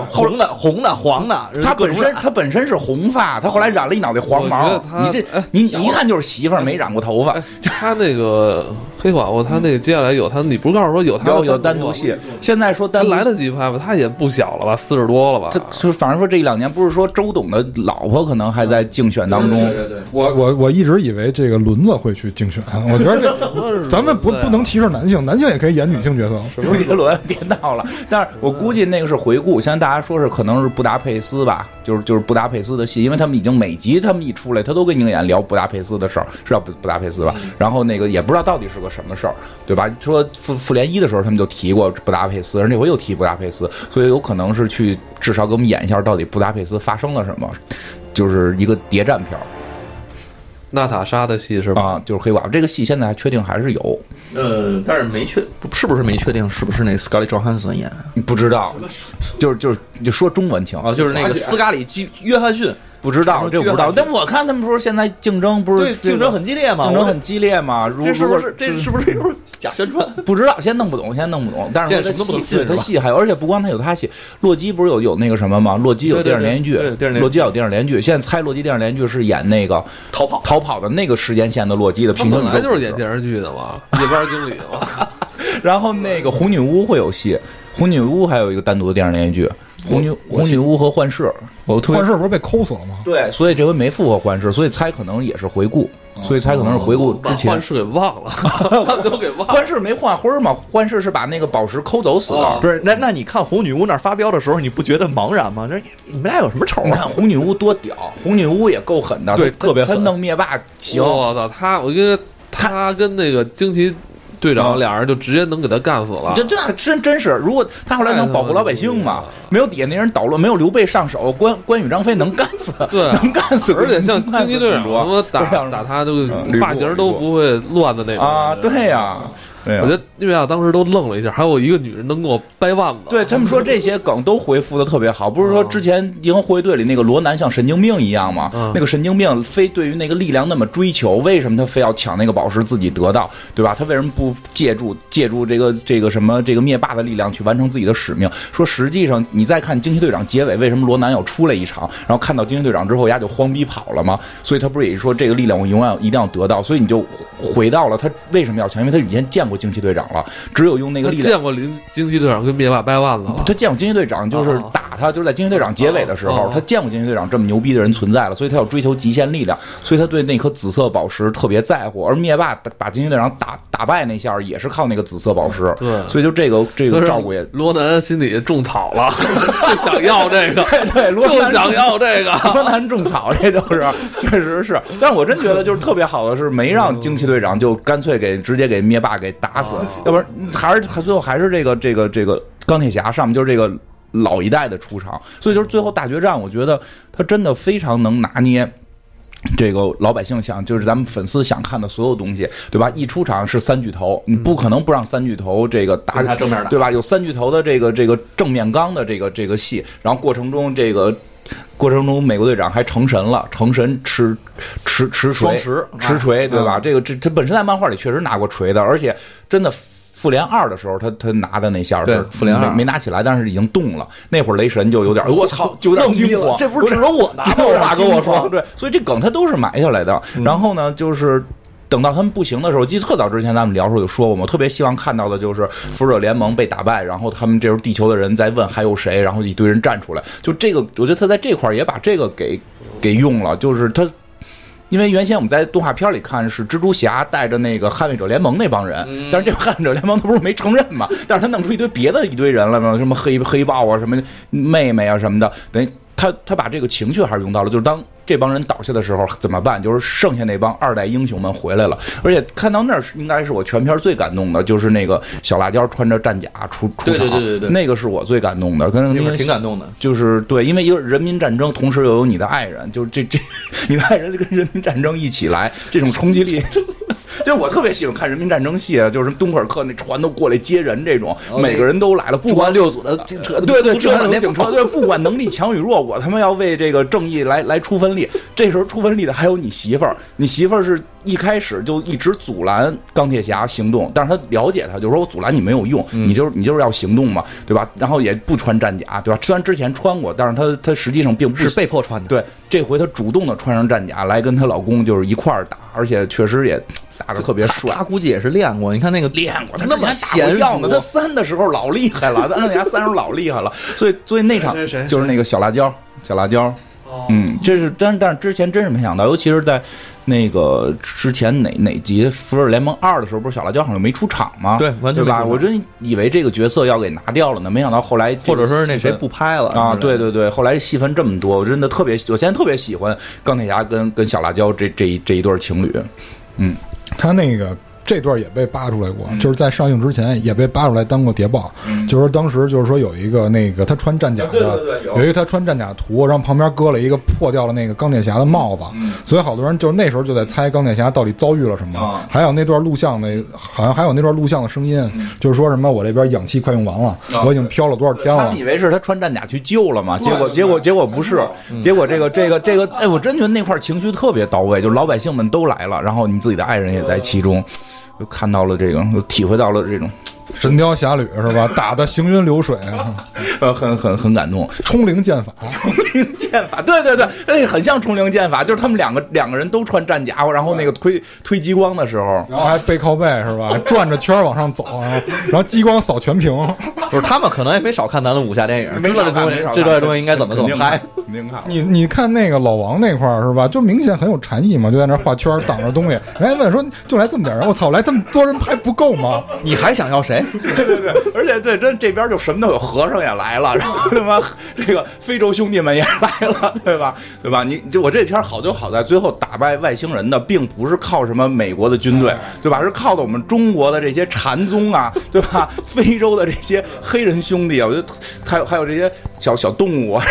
[SPEAKER 2] 后
[SPEAKER 3] 红的、红的、黄的，
[SPEAKER 2] 他
[SPEAKER 3] 各
[SPEAKER 2] 本
[SPEAKER 3] 种
[SPEAKER 2] 身
[SPEAKER 3] 染
[SPEAKER 2] 他本身是红发，他后来染了一脑袋黄
[SPEAKER 1] 我觉
[SPEAKER 2] 毛
[SPEAKER 1] 得。他
[SPEAKER 2] 你这
[SPEAKER 1] 哎
[SPEAKER 2] 你你一看就是媳妇儿没染过头发，
[SPEAKER 1] 他那个黑寡妇，他那个接下来有他，你不是告诉说有他
[SPEAKER 2] 有有
[SPEAKER 1] 单
[SPEAKER 2] 单独戏。现在说
[SPEAKER 1] 他
[SPEAKER 2] 单独
[SPEAKER 1] 来得及拍吧？他也不小了吧，四十多了吧？
[SPEAKER 2] 他就是反正说这一两年不是说周董的老婆可能还在竞选当中，
[SPEAKER 3] 对，
[SPEAKER 4] 我我我一直以为这个轮子会去竞选，我觉得这 咱们不
[SPEAKER 1] 对啊
[SPEAKER 4] 不能歧视男性，男性也可以演女性角色。
[SPEAKER 2] 周杰伦，别闹了。但是我估计那个是回顾，现在大家说是可能是布达佩斯吧，就是就是布达佩斯的戏，因为他们已经每集他们一出来，他都跟鹰眼聊布达佩斯的事儿，是叫布布达佩斯吧？
[SPEAKER 1] 嗯
[SPEAKER 2] 然后那个也不知道到底是个什么事儿，对吧？说复复联一的时候他们就提过布达佩斯，而那回又提布达佩斯，所以有可能是去至少给我们演一下到底布达佩斯发生了什么，就是一个谍战片儿
[SPEAKER 1] 娜塔莎的戏是吧？
[SPEAKER 2] 啊，就是黑寡妇这个戏现在还确定还是有，
[SPEAKER 3] 呃，但是没确是不是没确定是不是那 Scarlett Johansson 演
[SPEAKER 2] 不知道，就是就是就说中文情
[SPEAKER 3] 啊，就是那个斯卡里基约翰逊，
[SPEAKER 2] 不知道，
[SPEAKER 3] 什么
[SPEAKER 2] 这我不知道。
[SPEAKER 3] 聚合
[SPEAKER 2] 但我看他们说现在竞争不是
[SPEAKER 3] 对，
[SPEAKER 2] 这个
[SPEAKER 3] 竞争很激烈嘛，
[SPEAKER 2] 竞争
[SPEAKER 3] 我
[SPEAKER 2] 很激烈嘛？如
[SPEAKER 3] 这是不
[SPEAKER 2] 如
[SPEAKER 3] 是
[SPEAKER 2] 果
[SPEAKER 3] 这是不是又是假宣传？
[SPEAKER 2] 不知道，现在弄不懂，现在弄不懂。但是
[SPEAKER 3] 现在什么都不能
[SPEAKER 2] 他戏
[SPEAKER 3] 信
[SPEAKER 2] 对
[SPEAKER 3] 是
[SPEAKER 2] 他
[SPEAKER 3] 吧
[SPEAKER 2] 戏还有，而且不光他有他戏，洛基不是有有那个什么吗？洛基有
[SPEAKER 3] 对对
[SPEAKER 2] 电视连续剧
[SPEAKER 3] 对对电视连续，剧
[SPEAKER 2] 洛基有电视连续剧。现在猜洛基电视连续剧是演那个
[SPEAKER 3] 逃跑
[SPEAKER 2] 逃跑的那个时间线的洛基的
[SPEAKER 1] 他
[SPEAKER 2] 平行
[SPEAKER 1] 本
[SPEAKER 2] 宇宙
[SPEAKER 1] 来就是
[SPEAKER 2] 故事
[SPEAKER 1] 演电视剧的嘛，夜班经理嘛。
[SPEAKER 2] 然后那个红女巫会有戏，红女巫还有一个单独的电视连续剧，红女
[SPEAKER 3] 我
[SPEAKER 2] 红女巫和幻视，我特别
[SPEAKER 4] 幻视不是被抠死了吗？
[SPEAKER 2] 对，所以这回没复活幻视，所以猜可能也是回顾，所以猜可能是回顾之
[SPEAKER 1] 把哦
[SPEAKER 2] 前
[SPEAKER 1] 幻。视给忘 了，他们都给忘了。
[SPEAKER 2] 幻视没幻灰儿嘛？幻视是把那个宝石抠走死的。
[SPEAKER 1] 哦
[SPEAKER 3] 不是，那那你看红女巫那儿发飙的时候，你不觉得茫然吗？这你们俩有什么仇
[SPEAKER 2] 你
[SPEAKER 3] 啊？
[SPEAKER 2] 看红女巫多屌，红女巫也够狠的，
[SPEAKER 3] 对
[SPEAKER 2] 她
[SPEAKER 3] 特别狠
[SPEAKER 2] 她弄灭霸行，
[SPEAKER 1] 我操，他我觉得他跟那个惊奇队长俩人就直接能给他干死了。
[SPEAKER 2] 这这啊真真是，如果他后来能保护老百姓嘛
[SPEAKER 1] 太他妈牛逼了，
[SPEAKER 2] 没有底下那人捣乱，没有刘备上手，关关羽、张飞能干死，
[SPEAKER 1] 对啊
[SPEAKER 2] 能干死，
[SPEAKER 1] 而且像惊奇队长他妈
[SPEAKER 2] 不是
[SPEAKER 1] 打
[SPEAKER 2] 像
[SPEAKER 1] 打他，都
[SPEAKER 2] 嗯吕布
[SPEAKER 1] 发型都不会乱的那种
[SPEAKER 2] 啊，
[SPEAKER 1] 感觉
[SPEAKER 2] 对呀，对呀
[SPEAKER 1] 我觉得因为啊，当时都愣了一下，还有一个女人能给我掰腕子，
[SPEAKER 2] 对他们说这些梗都回复的特别好，不是说之前《银河护卫队》里那个罗南像神经病一样吗？
[SPEAKER 1] 嗯
[SPEAKER 2] 那个神经病非对于那个力量那么追求，为什么他非要抢那个宝石自己得到，对吧？他为什么不借助借助这个这个什么这个灭霸的力量去完成自己的使命？说实际上你再看惊奇队长结尾，为什么罗南要出来一场，然后看到惊奇队长之后，丫就慌逼跑了吗？所以他不是也说这个力量我永远一定要得到，所以你就回到了他为什么要抢，因为他以前见过惊奇队长了，只有用那个
[SPEAKER 1] 他
[SPEAKER 2] 力量。
[SPEAKER 1] 见过林惊奇队长跟灭霸掰腕子了。
[SPEAKER 2] 他见过惊奇队长，就是
[SPEAKER 1] 啊
[SPEAKER 2] 打他，就是在惊奇队长结尾的时
[SPEAKER 1] 哦
[SPEAKER 2] 候
[SPEAKER 1] 哦，
[SPEAKER 2] 他见过惊奇队长这么牛逼的人存在了，所以他要追求极限力量，所以他对那颗紫色宝石特别在
[SPEAKER 1] 嗯
[SPEAKER 2] 乎。而灭霸把把惊奇队长打打败那下儿也是靠那个紫色宝石，
[SPEAKER 1] 对
[SPEAKER 2] 所以就这个这
[SPEAKER 1] 所以
[SPEAKER 2] 个
[SPEAKER 1] 说
[SPEAKER 2] 照顾也。
[SPEAKER 1] 罗南心里种草了， 就想要这个，
[SPEAKER 2] 对， 罗
[SPEAKER 1] 就
[SPEAKER 2] 南
[SPEAKER 1] 想要这个。
[SPEAKER 2] 河南种草，这就是确实是。但是我真觉得就是特别好的是没让惊奇队长就干脆给直接给灭霸给打
[SPEAKER 3] 哦
[SPEAKER 2] 死，要不然还是还最后还是这个这个这个钢铁侠上面就是这个老一代的出场，所以就是最后大决战，我觉得他真的非常能拿捏。这个老百姓想，就是咱们粉丝想看的所有东西，对吧？一出场是三巨头，你不可能不让三巨头这个打
[SPEAKER 3] 跟他正面打
[SPEAKER 2] 对吧？有三巨头的这个这个正面刚的这个这个戏，然后过程中这个。过程中，美国队长还成神了，成神吃吃吃锤，
[SPEAKER 3] 双持啊嗯
[SPEAKER 2] 持锤，对吧？这个这他本身在漫画里确实拿过锤的，而且真的复联二的时候，他他拿的那下儿
[SPEAKER 3] 对
[SPEAKER 2] 是
[SPEAKER 3] 复联二
[SPEAKER 2] 没没拿起来，但是已经动了。那会儿雷神就有点，我操，就有点惊慌，
[SPEAKER 3] 这不是只有我拿吗？嗯
[SPEAKER 2] 有
[SPEAKER 3] 我
[SPEAKER 2] 啥
[SPEAKER 3] 咋
[SPEAKER 2] 跟
[SPEAKER 3] 跟
[SPEAKER 2] 我
[SPEAKER 3] 我
[SPEAKER 2] 说？
[SPEAKER 3] 说？
[SPEAKER 2] 对，所以这梗他都是埋下来的。然后呢，就是。等到他们不行的时候，我记得特早之前咱们聊的时候就说过嘛，我特别希望看到的就是复仇者联盟被打败，然后他们这时候地球的人在问还有谁，然后一堆人站出来，就这个，我觉得他在这块儿也把这个给给用了，就是他因为原先我们在动画片里看是蜘蛛侠带着那个捍卫者联盟那帮人，
[SPEAKER 3] 嗯
[SPEAKER 2] 但是这捍卫者联盟他不是没承认 嘛？但是他弄出一堆别的一堆人来嘛，什么黑黑豹啊，什么妹妹啊什么的，等于他他把这个情绪还是用到了，就是当这帮人倒下的时候怎么办？就是剩下那帮二代英雄们回来了，而且看到那儿是应该是我全片最感动的，就是那个小辣椒穿着战甲出出场，
[SPEAKER 3] 对对对对对
[SPEAKER 2] 那个是我最感动的，跟
[SPEAKER 3] 那会儿挺感动的。
[SPEAKER 2] 就是对，因为一个人民战争，同时又有你的爱人，就是这 这，你的爱人就跟人民战争一起来，这种冲击力， 就是我特别喜欢看人民战争戏，啊，就是敦刻尔克那船都过来接人这种，
[SPEAKER 3] 哦
[SPEAKER 2] 每个人都来了，不
[SPEAKER 3] 不
[SPEAKER 2] 管
[SPEAKER 3] 管六组的警车，
[SPEAKER 2] 对对，
[SPEAKER 3] 车
[SPEAKER 2] 这
[SPEAKER 3] 满
[SPEAKER 2] 能
[SPEAKER 3] 天
[SPEAKER 2] 警车，对，不管能力强与弱，我他妈要为这个正义来来出分力。这时候出分力的还有你媳妇儿，你媳妇儿是一开始就一直阻拦钢铁侠行动，但是他了解他，就说我阻拦你没有用，你就是你就是要行动嘛，对吧？然后也不穿战甲，对吧？虽然之前穿过，但是他他实际上并不
[SPEAKER 3] 是被迫穿的。
[SPEAKER 2] 对，这回她主动的穿上战甲来跟她老公就是一块儿打，而且确实也打的特别帅。
[SPEAKER 3] 他估计也是练过。你看那个
[SPEAKER 2] 练过，他
[SPEAKER 3] 那么
[SPEAKER 2] 闲
[SPEAKER 3] 娴
[SPEAKER 2] 样的，
[SPEAKER 3] 熟，
[SPEAKER 2] 他三的时候老厉害 了，他按压三时候老厉害了，所以所以那场
[SPEAKER 1] 谁谁谁
[SPEAKER 2] 就是那个小辣椒，小辣椒，
[SPEAKER 1] 哦
[SPEAKER 2] 嗯，这是但但是之前真是没想到，尤其是在那个之前哪哪集《复仇者联盟二》的时候，不是小辣椒好像没出场吗？
[SPEAKER 3] 对完全没
[SPEAKER 2] 对吧？
[SPEAKER 3] 出场
[SPEAKER 2] 我真以为这个角色要给拿掉了呢，没想到后来这
[SPEAKER 3] 或
[SPEAKER 2] 个
[SPEAKER 3] 者说是那谁
[SPEAKER 2] 戏份
[SPEAKER 3] 不拍了
[SPEAKER 2] 啊？
[SPEAKER 3] 之类
[SPEAKER 2] 对
[SPEAKER 3] 的
[SPEAKER 2] 对对，后来戏份这么多，我真的特别，我现在特别喜欢钢铁侠跟跟小辣椒这这一这一对儿情侣，嗯。
[SPEAKER 4] 他那个这段也被扒出来过，就是在上映之前也被扒出来当过谍报，就是说当时就是说有一个那个他穿战甲的，
[SPEAKER 2] 对嗯啊对对有
[SPEAKER 4] 有一个他穿战甲图，然后旁边搁了一个破掉了那个钢铁侠的帽子，
[SPEAKER 2] 嗯
[SPEAKER 4] 所以好多人就那时候就在猜钢铁侠到底遭遇了什么。
[SPEAKER 2] 啊
[SPEAKER 4] 还有那段录像那好像还有那段录像的声音，就是说什么我这边氧气快用完了，
[SPEAKER 2] 嗯啊
[SPEAKER 4] 我已经飘了多少天
[SPEAKER 2] 他
[SPEAKER 4] 了
[SPEAKER 2] 们以。为是他穿战甲去救了嘛，结果
[SPEAKER 4] 对嗯
[SPEAKER 2] 结果结果不是，结果这个这个这个，哎，我真觉得那块情绪特别到位，就是老百姓们都来了，然后你自己的爱人也在其中，就看到了这个，就体会到了这种，
[SPEAKER 4] 神雕侠侣是吧？打的行 云流水啊，
[SPEAKER 2] 呃，很很很感动。
[SPEAKER 4] 冲灵剑法。
[SPEAKER 2] 冲灵剑法，对对对，那很像冲灵剑法，就是他们两个两个人都穿战甲，然后那个推推激光的时候，
[SPEAKER 4] 然后还背靠背是吧？转着圈儿往上走，然后然后激光扫全屏。
[SPEAKER 3] 不是他们可能也没少看咱的武侠电影，
[SPEAKER 2] 没
[SPEAKER 3] 知道
[SPEAKER 2] 少
[SPEAKER 3] 这
[SPEAKER 2] 看
[SPEAKER 3] 东西
[SPEAKER 2] 没少，看
[SPEAKER 3] 这段东西应该怎么怎么
[SPEAKER 2] 肯定
[SPEAKER 3] 拍
[SPEAKER 2] 看。肯定看了。
[SPEAKER 4] 你你看那个老王那块儿是吧？就明显很有禅意嘛，就在那儿画圈儿挡着东西。人家问说就来这么点人，我操，来这么多人拍不够吗？
[SPEAKER 3] 你还想要谁？
[SPEAKER 2] 而且对，真这边就什么都有，和尚也来 了，然后他妈这个非洲兄弟们也来 了，对吧？对吧？你就我这片好就好在最后打败外星人的，并不是靠什么美国的军队，对吧？是靠的我们中国的这些禅宗 啊，对吧？非洲的这些黑人兄弟啊，我觉得还有还有这些小小动物啊，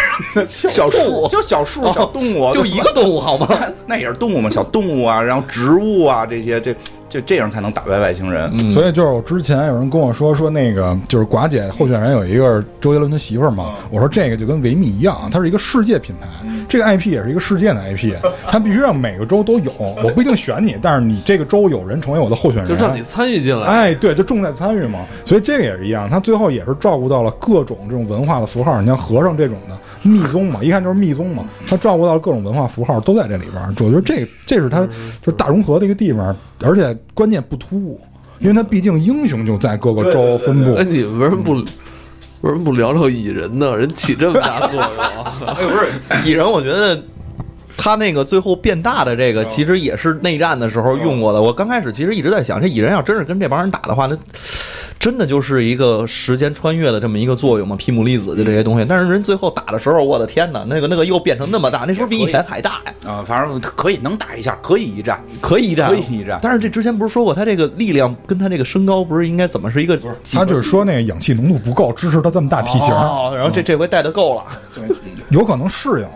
[SPEAKER 2] 小树哦就小树小动物，啊
[SPEAKER 3] 就
[SPEAKER 2] 对吧
[SPEAKER 3] 一个动物好吗？
[SPEAKER 2] 那也是动物嘛，小动物啊，然后植物啊这些，这这这样才能打败外星人。
[SPEAKER 1] 嗯
[SPEAKER 4] 所以就是我之前有人跟我说说那个就是寡姐候选人有一个周杰伦的媳妇儿嘛，
[SPEAKER 1] 嗯
[SPEAKER 4] 我说这个就跟维密一样，啊它是一个世界品牌，这个 IP 也是一个世界的 IP，它必须让每个州都有。我不一定选你，但是你这个州有人成为我的候选 人，
[SPEAKER 1] 就让你参与进来。
[SPEAKER 4] 哎，对，就重在参与嘛，所以这个也是一样，他最后也是照顾到了各种这种文化的符号，你像和尚这种的密宗嘛，一看就是密宗嘛，
[SPEAKER 1] 嗯
[SPEAKER 4] 他照顾到了各种文化符号都在这里边儿，我觉得这这是他就是大融合的一个地方，而且关键不突兀，因为他毕竟英雄就在各个州分布
[SPEAKER 1] 哎，，你为什么不为什么不聊聊蚁人呢？人起这么大作用 啊，
[SPEAKER 3] 哎，不是 蚁人，我觉得他那个最后变大的这个，其实也是内战的时候用过的。我刚开始其实一直在想，这蚁人要真是跟这帮人打的话，那真的就是一个时间穿越的这么一个作用嘛，皮姆粒子的这些东西。但是人最后打的时候，我的天哪，那个那个又变成那么大，那时候比以前还大呀，
[SPEAKER 2] 啊、反正可以能打一下，可以一战，
[SPEAKER 3] 可以一战，
[SPEAKER 2] 可以一战
[SPEAKER 3] 但是这之前不是说过，他这个力量跟他这个身高不是应该怎么是一个几
[SPEAKER 4] 他就是说那个氧气
[SPEAKER 1] 哦
[SPEAKER 3] 哦
[SPEAKER 4] 浓度不够，支持他这么大体型，
[SPEAKER 3] 嗯哦，然后这这回带的够了，
[SPEAKER 4] 有可能适应了。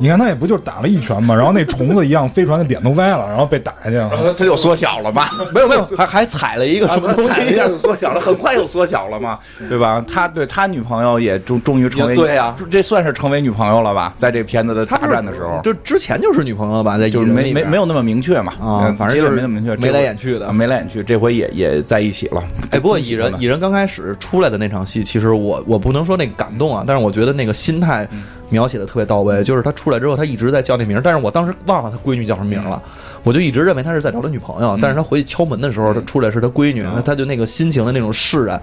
[SPEAKER 4] 你看他也不就是打了一拳嘛，然后那虫子一样，飞船的脸都歪了，然后被打下去
[SPEAKER 2] 然
[SPEAKER 4] 了。
[SPEAKER 2] 后它就缩小了 嘛，
[SPEAKER 3] 没有没有，还还踩了一个
[SPEAKER 2] 啊
[SPEAKER 3] 什么东
[SPEAKER 2] 踩了一
[SPEAKER 3] 西
[SPEAKER 2] 下，就缩小了，很快又缩小了嘛， 对吧？他对他女朋友也终终于成为
[SPEAKER 3] 也对啊
[SPEAKER 2] 这算是成为女朋友了吧？在这片子的
[SPEAKER 3] 他
[SPEAKER 2] 大战的时候，
[SPEAKER 3] 就之前就是女朋友吧，在
[SPEAKER 2] 就是
[SPEAKER 3] 蚁人
[SPEAKER 2] 没
[SPEAKER 3] 里
[SPEAKER 2] 没
[SPEAKER 3] 边
[SPEAKER 2] 没有那么明确嘛，
[SPEAKER 3] 啊
[SPEAKER 2] 嗯
[SPEAKER 3] 反
[SPEAKER 2] 结
[SPEAKER 3] 正就
[SPEAKER 2] 论没
[SPEAKER 3] 是
[SPEAKER 2] 那么明确，
[SPEAKER 3] 眉
[SPEAKER 2] 这
[SPEAKER 3] 来
[SPEAKER 2] 回
[SPEAKER 3] 眼去的
[SPEAKER 2] 啊眉来眼去，这回也也在一起了。
[SPEAKER 3] 哎，不过蚁
[SPEAKER 2] 这
[SPEAKER 3] 人
[SPEAKER 2] 恭喜
[SPEAKER 3] 蚁人刚开始出来的那场戏，其实我我不能说那个感动啊，但是我觉得那个心态描写的特别到位。就是他出来之后，他一直在叫那名儿，但是我当时忘了他闺女叫什么名儿了，我就一直认为他是在找他女朋友。但是他回去敲门的时候，他出来是他闺女，他就那个心情的那种释然，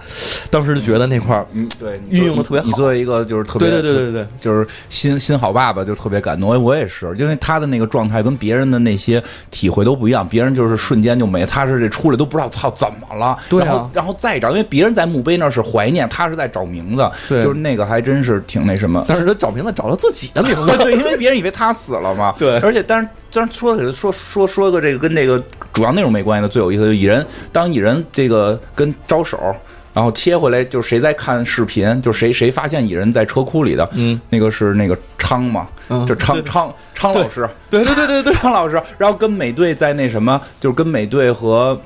[SPEAKER 3] 当时就觉得那块儿，
[SPEAKER 2] 嗯，对，
[SPEAKER 3] 运用得特别好
[SPEAKER 2] 你作为一个就是特别
[SPEAKER 3] 对对对对对，
[SPEAKER 2] 就是新新好爸爸就特别感动。哎，我也是，因为他的那个状态跟别人的那些体会都不一样，别人就是瞬间就没，他是这出来都不知道操怎么了，
[SPEAKER 3] 对啊
[SPEAKER 2] 然后然后再找，因为别人在墓碑那儿是怀念，他是在找名字，
[SPEAKER 3] 对
[SPEAKER 2] 就是那个还真是挺那什么。
[SPEAKER 3] 但是他找名字找了自己的名字，
[SPEAKER 2] 对，因为别人以为他死了嘛。
[SPEAKER 3] 对
[SPEAKER 2] 而且但是但是说起来说说说个这个跟这个主要内容没关系的最有意思，就是蚁人当蚁人这个跟招手。然后切回来，就是谁在看视频，就谁谁发现蚁人在车库里的，
[SPEAKER 3] 嗯，
[SPEAKER 2] 那个是那个昌嘛，
[SPEAKER 3] 嗯
[SPEAKER 2] 就昌昌昌老师，
[SPEAKER 3] 对对对对 对，
[SPEAKER 2] 汤 老师，然后跟美队在那什么，就是跟美队和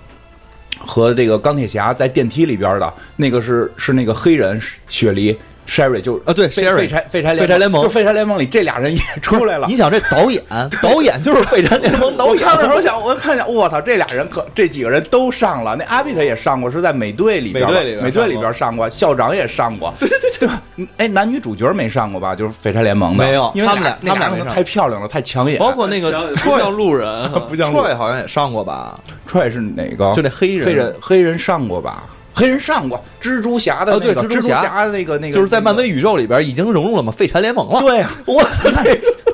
[SPEAKER 2] 和这个钢铁侠在电梯里边的那个是是那个黑人雪梨 Sherry 就
[SPEAKER 3] 啊对
[SPEAKER 2] 废
[SPEAKER 3] Sherry
[SPEAKER 2] 废柴废柴
[SPEAKER 3] 废柴联盟
[SPEAKER 2] 就废柴联盟里这俩 人也出来了。
[SPEAKER 3] 你想这导 演，导演就是《废柴联盟》导
[SPEAKER 2] 我
[SPEAKER 3] 演
[SPEAKER 2] 看，的时候想，我看想，我操，这俩人可这几个人都上了。那阿比特也上过，是在美队里边吧，
[SPEAKER 3] 美队里边
[SPEAKER 2] 美队里边上过，校长也上过，对对对对吧？哎，男女主角没上过吧？就是废柴联盟的，
[SPEAKER 3] 没有
[SPEAKER 2] 因为
[SPEAKER 3] 他们俩
[SPEAKER 2] 那
[SPEAKER 3] 他们俩
[SPEAKER 2] 可
[SPEAKER 3] 没
[SPEAKER 2] 能
[SPEAKER 3] 上哦
[SPEAKER 2] 太漂亮了，太抢眼。
[SPEAKER 3] 包 括那个
[SPEAKER 1] 像不
[SPEAKER 3] Troy
[SPEAKER 1] 像路 人，
[SPEAKER 2] 不像路
[SPEAKER 3] Troy 好像也上过吧，
[SPEAKER 2] Troy 是哪个？
[SPEAKER 3] 就那黑人
[SPEAKER 2] 黑人黑人上过吧？黑人上过蜘蛛侠的
[SPEAKER 3] 哦
[SPEAKER 2] 那
[SPEAKER 3] 对
[SPEAKER 2] 个、
[SPEAKER 3] 蜘
[SPEAKER 2] 蜘
[SPEAKER 3] 蛛
[SPEAKER 2] 蛛
[SPEAKER 3] 侠
[SPEAKER 2] 侠那个那个，
[SPEAKER 3] 就是在漫威宇宙里边已经融入了嘛《废柴联盟》了。
[SPEAKER 2] 对啊，
[SPEAKER 3] 我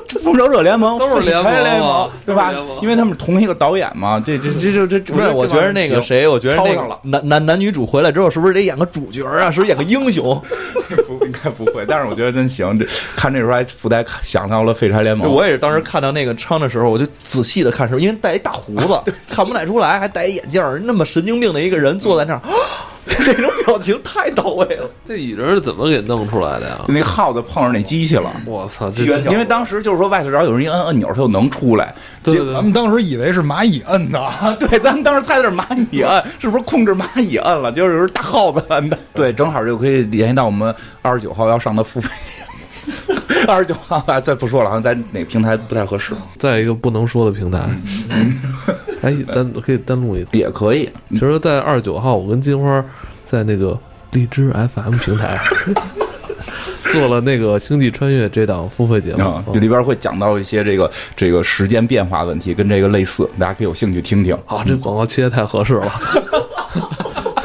[SPEAKER 2] 这复仇者联盟
[SPEAKER 1] 都是联盟啊
[SPEAKER 2] 复仇者联盟对吧
[SPEAKER 1] 都是联盟？
[SPEAKER 2] 因为他们同一个导演嘛，这这这这这
[SPEAKER 3] 不是，我觉得那个谁，我觉得那
[SPEAKER 2] 抄上
[SPEAKER 3] 个
[SPEAKER 2] 了
[SPEAKER 3] 男男男女主回来之后，是不是得演个主角啊？是不是演个英 雄？
[SPEAKER 2] 不应该不会，但是我觉得真行。这看这时候还附带想到了废柴联
[SPEAKER 3] 就
[SPEAKER 2] 盟，
[SPEAKER 3] 我也是当时看到那个昌的时候，我就仔细的看时候，因为戴一大胡 子，看不太出来，还戴一眼镜儿，那么神经病的一个人坐在那儿， 这种表情太到位了。
[SPEAKER 1] 这蚁人是怎么给弄出来的 呀？
[SPEAKER 2] 那耗子碰上那机器了。
[SPEAKER 1] 我操，这
[SPEAKER 3] 机缘巧合
[SPEAKER 2] 因为当时就是说外头只要有人一摁按钮，它就能出来。
[SPEAKER 1] 对
[SPEAKER 2] 结
[SPEAKER 1] 对
[SPEAKER 4] 咱们当时以为是蚂蚁摁的，
[SPEAKER 2] 啊， 对，咱们当时猜的是蚂蚁摁，是不是控制蚂蚁摁了？就是大耗子摁的。对，正好就可以联系到我们二十九号要上的付费。二十九号啊，再不说了，好像在哪个平台不太合适，
[SPEAKER 1] 在一个不能说的平台， 哎，单可以单录一。
[SPEAKER 2] 也可以。
[SPEAKER 1] 其实，在二十九号，我跟金花在那个荔枝 FM 平台 做了那个《星际穿越》这档付费节目
[SPEAKER 2] 啊、，这里边会讲到一些这个这个时间变化问题，跟这个类似，大家可以有兴趣听听。
[SPEAKER 1] 啊，这广告切的太合适 了。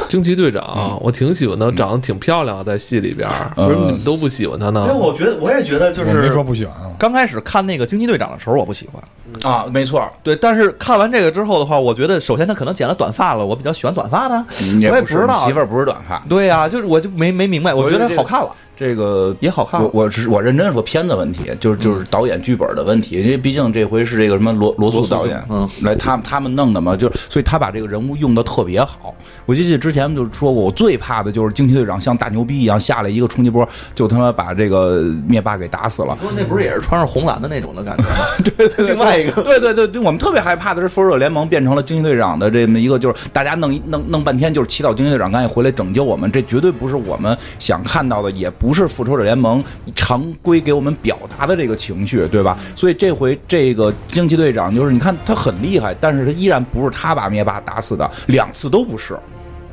[SPEAKER 1] 惊奇队长啊、
[SPEAKER 3] 嗯
[SPEAKER 1] 我挺喜欢他，长得挺漂亮啊，在戏里边儿，为什么你们都不喜欢他呢？
[SPEAKER 3] 哎我觉得哦我也觉得就
[SPEAKER 4] 我没说不喜欢啊。
[SPEAKER 3] 刚开始看那个惊奇队长的时候，我不喜欢。
[SPEAKER 2] 啊，没错，
[SPEAKER 3] 对，但是看完这个之后的话，我觉得首先他可能剪了短发了，我比较喜欢短发的，
[SPEAKER 2] 嗯
[SPEAKER 1] 嗯
[SPEAKER 2] 也
[SPEAKER 3] 我也
[SPEAKER 2] 不
[SPEAKER 3] 不
[SPEAKER 2] 是
[SPEAKER 3] 知道
[SPEAKER 2] 你媳妇儿不是短发，
[SPEAKER 3] 对呀、就是我就没没明白，我觉
[SPEAKER 2] 觉得
[SPEAKER 3] 得
[SPEAKER 2] 这个
[SPEAKER 3] 好看了，
[SPEAKER 2] 这个
[SPEAKER 3] 也好看
[SPEAKER 2] 我
[SPEAKER 3] 了。
[SPEAKER 2] 我是我认真说片子问题，就是就是导演剧本的问题，因为毕竟这回是这个什么罗罗素导演，
[SPEAKER 3] 嗯，
[SPEAKER 2] 来他们他们弄的嘛，就是所以他把这个人物用的特别好。我记得之前就说过，我最怕的就是惊奇队长像大牛逼一样下来一个冲击波，就他妈把这个灭霸给打死了。
[SPEAKER 3] 说那不是也是穿上红蓝的那种的感 觉吗？
[SPEAKER 2] 另外一个，对对对对，我们特别害怕的是复仇者联盟变成了惊奇队长的这么一个，就是大家弄一弄弄半天就是祈祷惊奇队长赶紧回来拯救我们，这绝对不是我们想看到的，也不是复仇者联盟常规给我们表达的这个情绪，对吧？所以这回这个惊奇队长就是你看他很厉害，但是他依然不是他把灭霸打死的，两次都不是。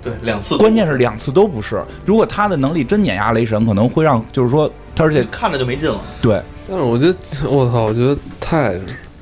[SPEAKER 3] 对，两次
[SPEAKER 2] 关键是两次都不是。如果他的能力真碾压雷神，可能会让就是说他而且
[SPEAKER 3] 看着就没劲了。
[SPEAKER 2] 对
[SPEAKER 1] 但是我觉得，我操，我觉得太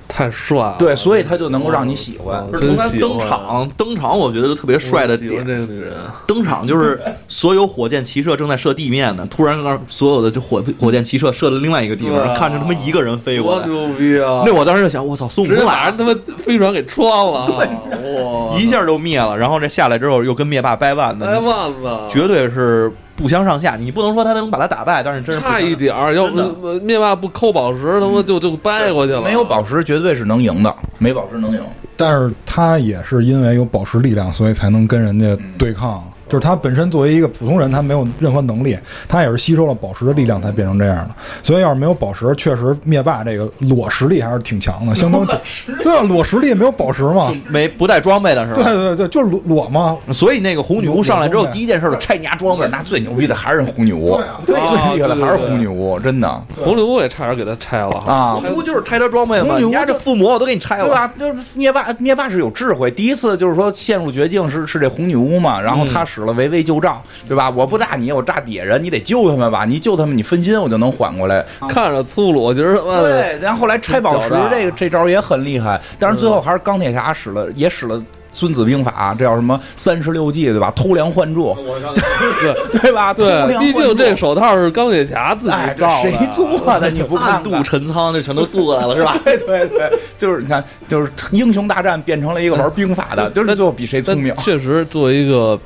[SPEAKER 1] 太帅了。
[SPEAKER 2] 啊对，嗯所以他就能够让你喜欢。
[SPEAKER 1] 我
[SPEAKER 3] 就
[SPEAKER 1] 真
[SPEAKER 3] 是从他
[SPEAKER 1] 喜欢
[SPEAKER 3] 登场，登场我觉得就特别帅的
[SPEAKER 1] 我喜欢
[SPEAKER 3] 点，
[SPEAKER 1] 这个女人，
[SPEAKER 3] 登场就是所有火箭骑射正在射地面呢，突然让所有的这火火箭骑射射到另外一个地
[SPEAKER 1] 对
[SPEAKER 3] 方，
[SPEAKER 1] 啊
[SPEAKER 3] 看着他妈一个人飞过
[SPEAKER 1] 多
[SPEAKER 3] 来，
[SPEAKER 1] 牛逼啊！
[SPEAKER 3] 那我当时就想，我操，孙悟
[SPEAKER 1] 直
[SPEAKER 3] 空
[SPEAKER 1] 接
[SPEAKER 3] 来
[SPEAKER 1] 把
[SPEAKER 3] 了
[SPEAKER 1] 人他妈飞船给穿了，哇！
[SPEAKER 3] 一下就灭了，然后这下来之后又跟灭霸掰腕子，
[SPEAKER 1] 掰腕子，
[SPEAKER 3] 绝对是不相上下。你不能说他能把他打败，但是真是不
[SPEAKER 1] 差
[SPEAKER 3] 相
[SPEAKER 1] 一点儿，要
[SPEAKER 3] 真的嗯
[SPEAKER 1] 呃灭霸不抠宝石，他妈就就掰过去了。
[SPEAKER 2] 没有宝石绝对是能赢的，没宝石能赢。
[SPEAKER 4] 嗯但是他也是因为有宝石力量，所以才能跟人家对抗。就是他本身作为一个普通人，他没有任何能力，他也是吸收了宝石的力量才变成这样的。所以要是没有宝石，确实灭霸这个裸实力还是挺强的，相当强。对啊，裸实力没有宝石嘛。
[SPEAKER 5] 没不带装备的是
[SPEAKER 4] 对
[SPEAKER 5] 吧？
[SPEAKER 4] 对对，就是裸裸嘛。
[SPEAKER 5] 所以那个红女巫上来之后，
[SPEAKER 4] 对
[SPEAKER 5] 第一件事就拆你家装备，
[SPEAKER 2] 那最牛逼的还是红女巫，
[SPEAKER 4] 对啊
[SPEAKER 2] 最厉害的
[SPEAKER 1] 对对
[SPEAKER 2] 还是红女巫，真的
[SPEAKER 1] 红牛我也差点给他拆了哈。
[SPEAKER 2] 啊。
[SPEAKER 5] 那不就是拆他装备吗？
[SPEAKER 2] 红女巫
[SPEAKER 5] 你家这附魔我都给你拆
[SPEAKER 2] 对
[SPEAKER 5] 了。
[SPEAKER 2] 吧？就是灭霸，灭霸是有智慧。第一次就是说陷入绝境是是这红女巫嘛，然后他使了围魏救赵，对吧？我不炸你，我炸底下人，你得救他们吧？你救他们，你分心，我就能缓过来。呃
[SPEAKER 1] 看着粗鲁，我觉得妈的，
[SPEAKER 2] 对，然后后来拆宝石
[SPEAKER 1] 狡诈
[SPEAKER 2] 这个这招也很厉害，但是最
[SPEAKER 4] 嗯
[SPEAKER 2] 后还是钢铁侠使了，也使了。孙子兵法，这叫什么三十六计，对吧？偷梁换柱， 对吧？偷梁
[SPEAKER 1] 对，
[SPEAKER 2] 换
[SPEAKER 1] 毕
[SPEAKER 2] 柱，
[SPEAKER 1] 竟这手套是钢铁侠自己
[SPEAKER 2] 哎，这
[SPEAKER 1] 造的，
[SPEAKER 2] 谁做的？你不看
[SPEAKER 5] 暗
[SPEAKER 2] 看
[SPEAKER 5] 度陈仓，这全都渡过来了是吧？
[SPEAKER 2] 对对对，就是你看，就是英雄大战变成了一个玩兵法的，就是 最后比谁聪明
[SPEAKER 1] 但。确实，作为一个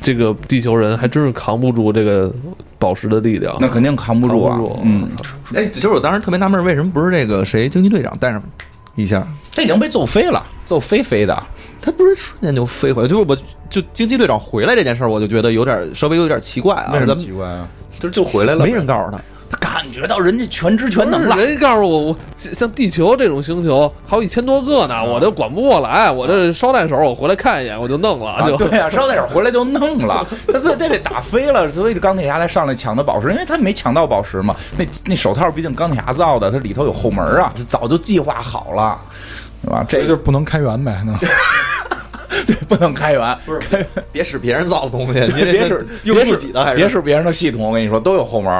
[SPEAKER 1] 这个地球人，还真是扛不住这个宝石的力量。
[SPEAKER 2] 那肯定扛不住啊
[SPEAKER 1] 扛不住！
[SPEAKER 2] 嗯，
[SPEAKER 3] 哎，其实我当时特别纳闷，为什么不是这个谁惊奇队长带上一下？
[SPEAKER 2] 这已经被揍飞了，揍飞飞的。
[SPEAKER 3] 啊他不是瞬间就飞回来？就是我就惊奇队长回来这件事儿，我就觉得有点稍微有点奇怪啊。咱们
[SPEAKER 2] 怪啊？就是就回来了，
[SPEAKER 3] 没人告诉他，
[SPEAKER 2] 他感觉到人家全知全
[SPEAKER 1] 不
[SPEAKER 2] 能
[SPEAKER 1] 是
[SPEAKER 2] 了。
[SPEAKER 1] 人家告诉我，我像像地球这种星球还有一千多个呢，我这管不过来，我这捎带手我回来看一眼我就弄了，
[SPEAKER 2] 啊，
[SPEAKER 1] 就
[SPEAKER 2] 对啊，捎带手回来就弄了，他他他被打飞了，所以钢铁侠才上来抢的宝石，因为他没抢到宝石嘛。那那手套毕竟钢铁侠造的，它里头有后门啊，这早就计划好了，是吧？这
[SPEAKER 4] 这就是不能开源呗，那
[SPEAKER 2] 对不能开源，
[SPEAKER 3] 不 是别使 别人造的东西，你
[SPEAKER 2] 别是
[SPEAKER 3] 用
[SPEAKER 2] 别
[SPEAKER 3] 自
[SPEAKER 2] 是
[SPEAKER 3] 己的还是
[SPEAKER 2] 别是别人的系统，我跟你说都有后门。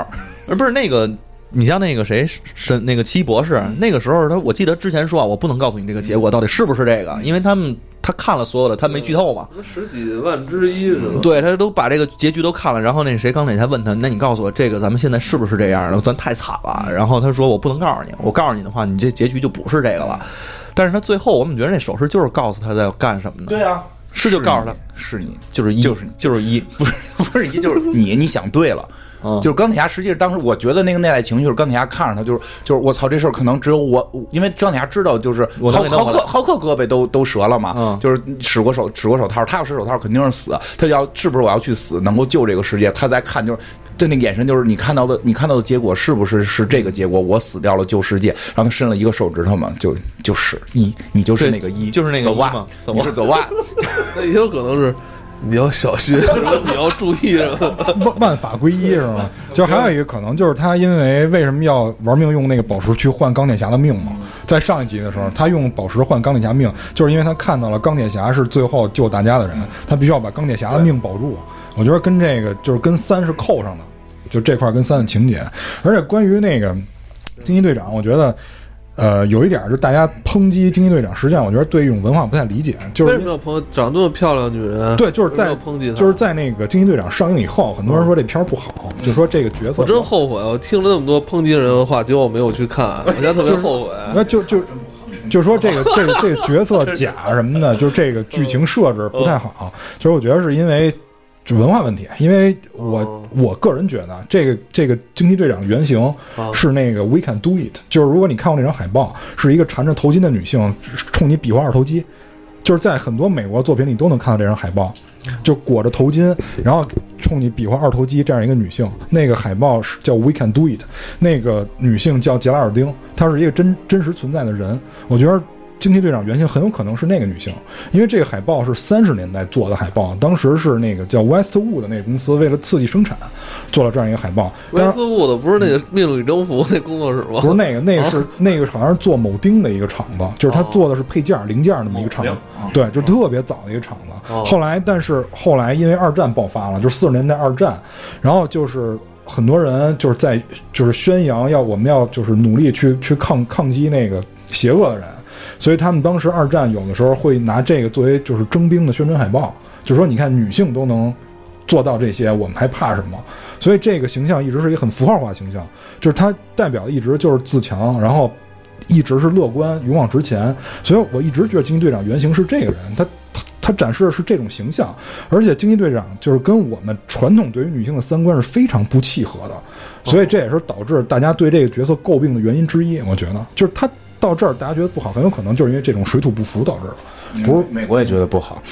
[SPEAKER 3] 呃不是那个，你像那个谁，沈那个七博士，那个时候他，我记得之前说啊，我不能告诉你这个结果到底是不是这个，因为他们他看了所有的，他没剧透嘛。
[SPEAKER 1] 十几万之一是吧？
[SPEAKER 3] 对他都把这个结局都看了，然后那谁钢铁侠问他，那你告诉我这个咱们现在是不是这样的？咱太惨了。然后他说我不能告诉你，我告诉你的话，你这结局就不是这个了。但是他最后，我怎么觉得那手势就是告诉他在干什么呢？
[SPEAKER 2] 啊，
[SPEAKER 3] 是就告诉他
[SPEAKER 2] 是你，
[SPEAKER 3] 就是一，
[SPEAKER 2] 就是
[SPEAKER 3] 就是 一，
[SPEAKER 2] 不是不是你就是你，你想对了。
[SPEAKER 3] 嗯
[SPEAKER 2] 就是钢铁侠，实际上当时我觉得那个内在情绪就是钢铁侠看着他，就是就是我操，这事儿可能只有我，我因为钢铁侠知道就是
[SPEAKER 3] 我能
[SPEAKER 2] 浩
[SPEAKER 3] 给弄
[SPEAKER 2] 浩
[SPEAKER 3] 回来
[SPEAKER 2] 克浩克胳膊都都折了嘛，
[SPEAKER 3] 嗯
[SPEAKER 2] 就是使过手使过手套，他要使手套肯定是死，他要是不是我要去死能够救这个世界，他在看就是。对，那个眼神就是你看到的，你看到的结果是不是是这个结果？我死掉了救世界，然后他伸了一个手指头嘛，就就是一，你就是
[SPEAKER 3] 对
[SPEAKER 2] 那个一，
[SPEAKER 3] 就是那个
[SPEAKER 2] 走
[SPEAKER 3] 一
[SPEAKER 2] 吧
[SPEAKER 3] 嘛，走
[SPEAKER 2] 你
[SPEAKER 3] 吧
[SPEAKER 2] 是走吧，
[SPEAKER 1] 那也有可能是你要小心，什么 你要注意什么。
[SPEAKER 4] 万万法归一是吗？就还有一个可能就是他因为为什么要玩命用那个宝石去换钢铁侠的命嘛？在上一集的时候，他用宝石换钢铁侠命，就是因为他看到了钢铁侠是最后救大家的人，他必须要把钢铁侠的命保住。我觉得跟这个就是跟三是扣上的，就这块儿跟三的情节。而且关于那个惊奇队长，我觉得。呃，有一点儿就是大家抨击惊奇队长，实际上我觉得对一种文化不太理解，就是
[SPEAKER 1] 为什么要朋友长这么漂亮的女人？
[SPEAKER 4] 对，就是
[SPEAKER 1] 为什么
[SPEAKER 4] 在
[SPEAKER 1] 要抨击她，
[SPEAKER 4] 就是在那个《惊奇队长》上映以后，很多人说这片儿不好，就说这个角色
[SPEAKER 1] 我真后悔，我听了那么多抨击人的话，结果我没有去看，啊我现在特别后悔。
[SPEAKER 4] 那就就就说这个这个这个角色假什么的，就是这个剧情设置不太好。其实我觉得是因为就文化问题，因为我我个人觉得啊这个这个惊奇队长的原型
[SPEAKER 1] 啊
[SPEAKER 4] 是那个 We Can Do It，就是如果你看过那张海报，是一个缠着头巾的女性冲你比划二头肌。就是在很多美国作品里都能看到这张海报，就裹着头巾，然后冲你比划二头肌这样一个女性。那个海报是叫《We Can Do It》，那个女性叫杰拉尔丁，她是一个真真实存在的人。我觉得惊奇队长原型很有可能是那个女性，因为这个海报是三十年代做的海报，当时是那个叫 Westwood 的那个公司为了刺激生产做了这样一个海报。
[SPEAKER 1] 威
[SPEAKER 4] 当然
[SPEAKER 1] 斯布的不是那个《命令与征服》那工作室吗？
[SPEAKER 4] 不是那个，那个是那个好像是做铆钉的一个厂子，就是他
[SPEAKER 1] 哦
[SPEAKER 4] 做的是配件儿零件儿那么一个厂子
[SPEAKER 1] 铆钉，
[SPEAKER 4] 对，就特别早的一个厂子。
[SPEAKER 1] 哦
[SPEAKER 4] 后来，但是后来因为二战爆发了，就是四十年代二战，然后就是很多人就是在就是宣扬要我们要就是努力去去抗抗击那个邪恶的人，所以他们当时二战有的时候会拿这个作为就是征兵的宣传海报，就说你看女性都能做到这些，我们还怕什么？所以这个形象一直是一个很符号化的形象，就是它代表的一直就是自强，然后一直是乐观、勇往直前。所以我一直觉得惊奇队长原型是这个人，他他他展示的是这种形象，而且惊奇队长就是跟我们传统对于女性的三观是非常不契合的，所以这也是导致大家对这个角色诟病的原因之一。我觉得就是他。到这儿，大家觉得不好，很有可能就是因为这种水土不服导致的，不是
[SPEAKER 2] 美国也觉得不好，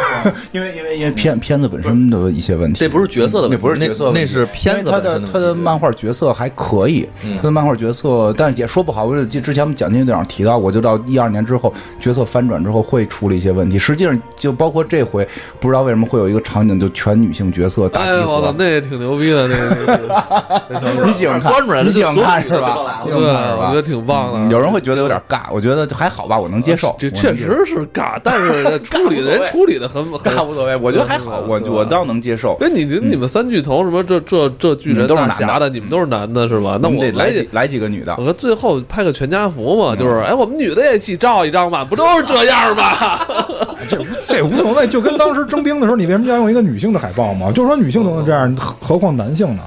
[SPEAKER 2] 因为因为因为片片子本身的一些问题，嗯
[SPEAKER 3] 这不是角色的问题
[SPEAKER 2] 那不是角色的问题，
[SPEAKER 3] 那那是片子
[SPEAKER 2] 因为他的
[SPEAKER 3] 本身的问题
[SPEAKER 2] 他的漫画角色还可以，他的漫画角色，但是也说不好。我就啊记之前我们讲金队长提到过，就啊到一二年之后，角色翻转之后会出了一些问题。实际上，就包括这回，不知道为什么会有一个场景，就全女性角色打
[SPEAKER 1] 哎
[SPEAKER 2] 集
[SPEAKER 1] 我操
[SPEAKER 2] 合，。
[SPEAKER 1] 那也挺牛逼的，那个
[SPEAKER 2] 你喜欢看
[SPEAKER 5] 钻出来？了
[SPEAKER 2] 你喜欢看是
[SPEAKER 5] 就所有的就过来
[SPEAKER 2] 吧
[SPEAKER 5] 了？
[SPEAKER 2] 你
[SPEAKER 1] 对，
[SPEAKER 2] 喜
[SPEAKER 1] 我觉得挺
[SPEAKER 2] 欢看是吧？嗯
[SPEAKER 1] 棒的。
[SPEAKER 2] 有人会觉得有点尬，我觉得还好吧，我能接受。
[SPEAKER 1] 这
[SPEAKER 2] 我能
[SPEAKER 1] 确
[SPEAKER 2] 接受
[SPEAKER 1] 实是尬，但是处理的人处理的很很
[SPEAKER 2] 尬无所谓，我觉得还好，我我倒能接受。
[SPEAKER 1] 哎，你你们三巨头什么这这这巨
[SPEAKER 2] 你
[SPEAKER 1] 人
[SPEAKER 2] 们都是
[SPEAKER 1] 大
[SPEAKER 2] 男的
[SPEAKER 1] 侠的，你们都是男的是吧？那
[SPEAKER 2] 我们
[SPEAKER 1] 我
[SPEAKER 2] 得来
[SPEAKER 1] 来
[SPEAKER 2] 几来几个女的
[SPEAKER 1] 我，说最后拍个全家福嘛，就是哎，我们女的也一起照一张吧，不都是这样吗？
[SPEAKER 4] 这无所谓，就跟当时征兵的时候，你为什么要用一个女性的海报嘛？就是说女性都能这样，何何况男性呢？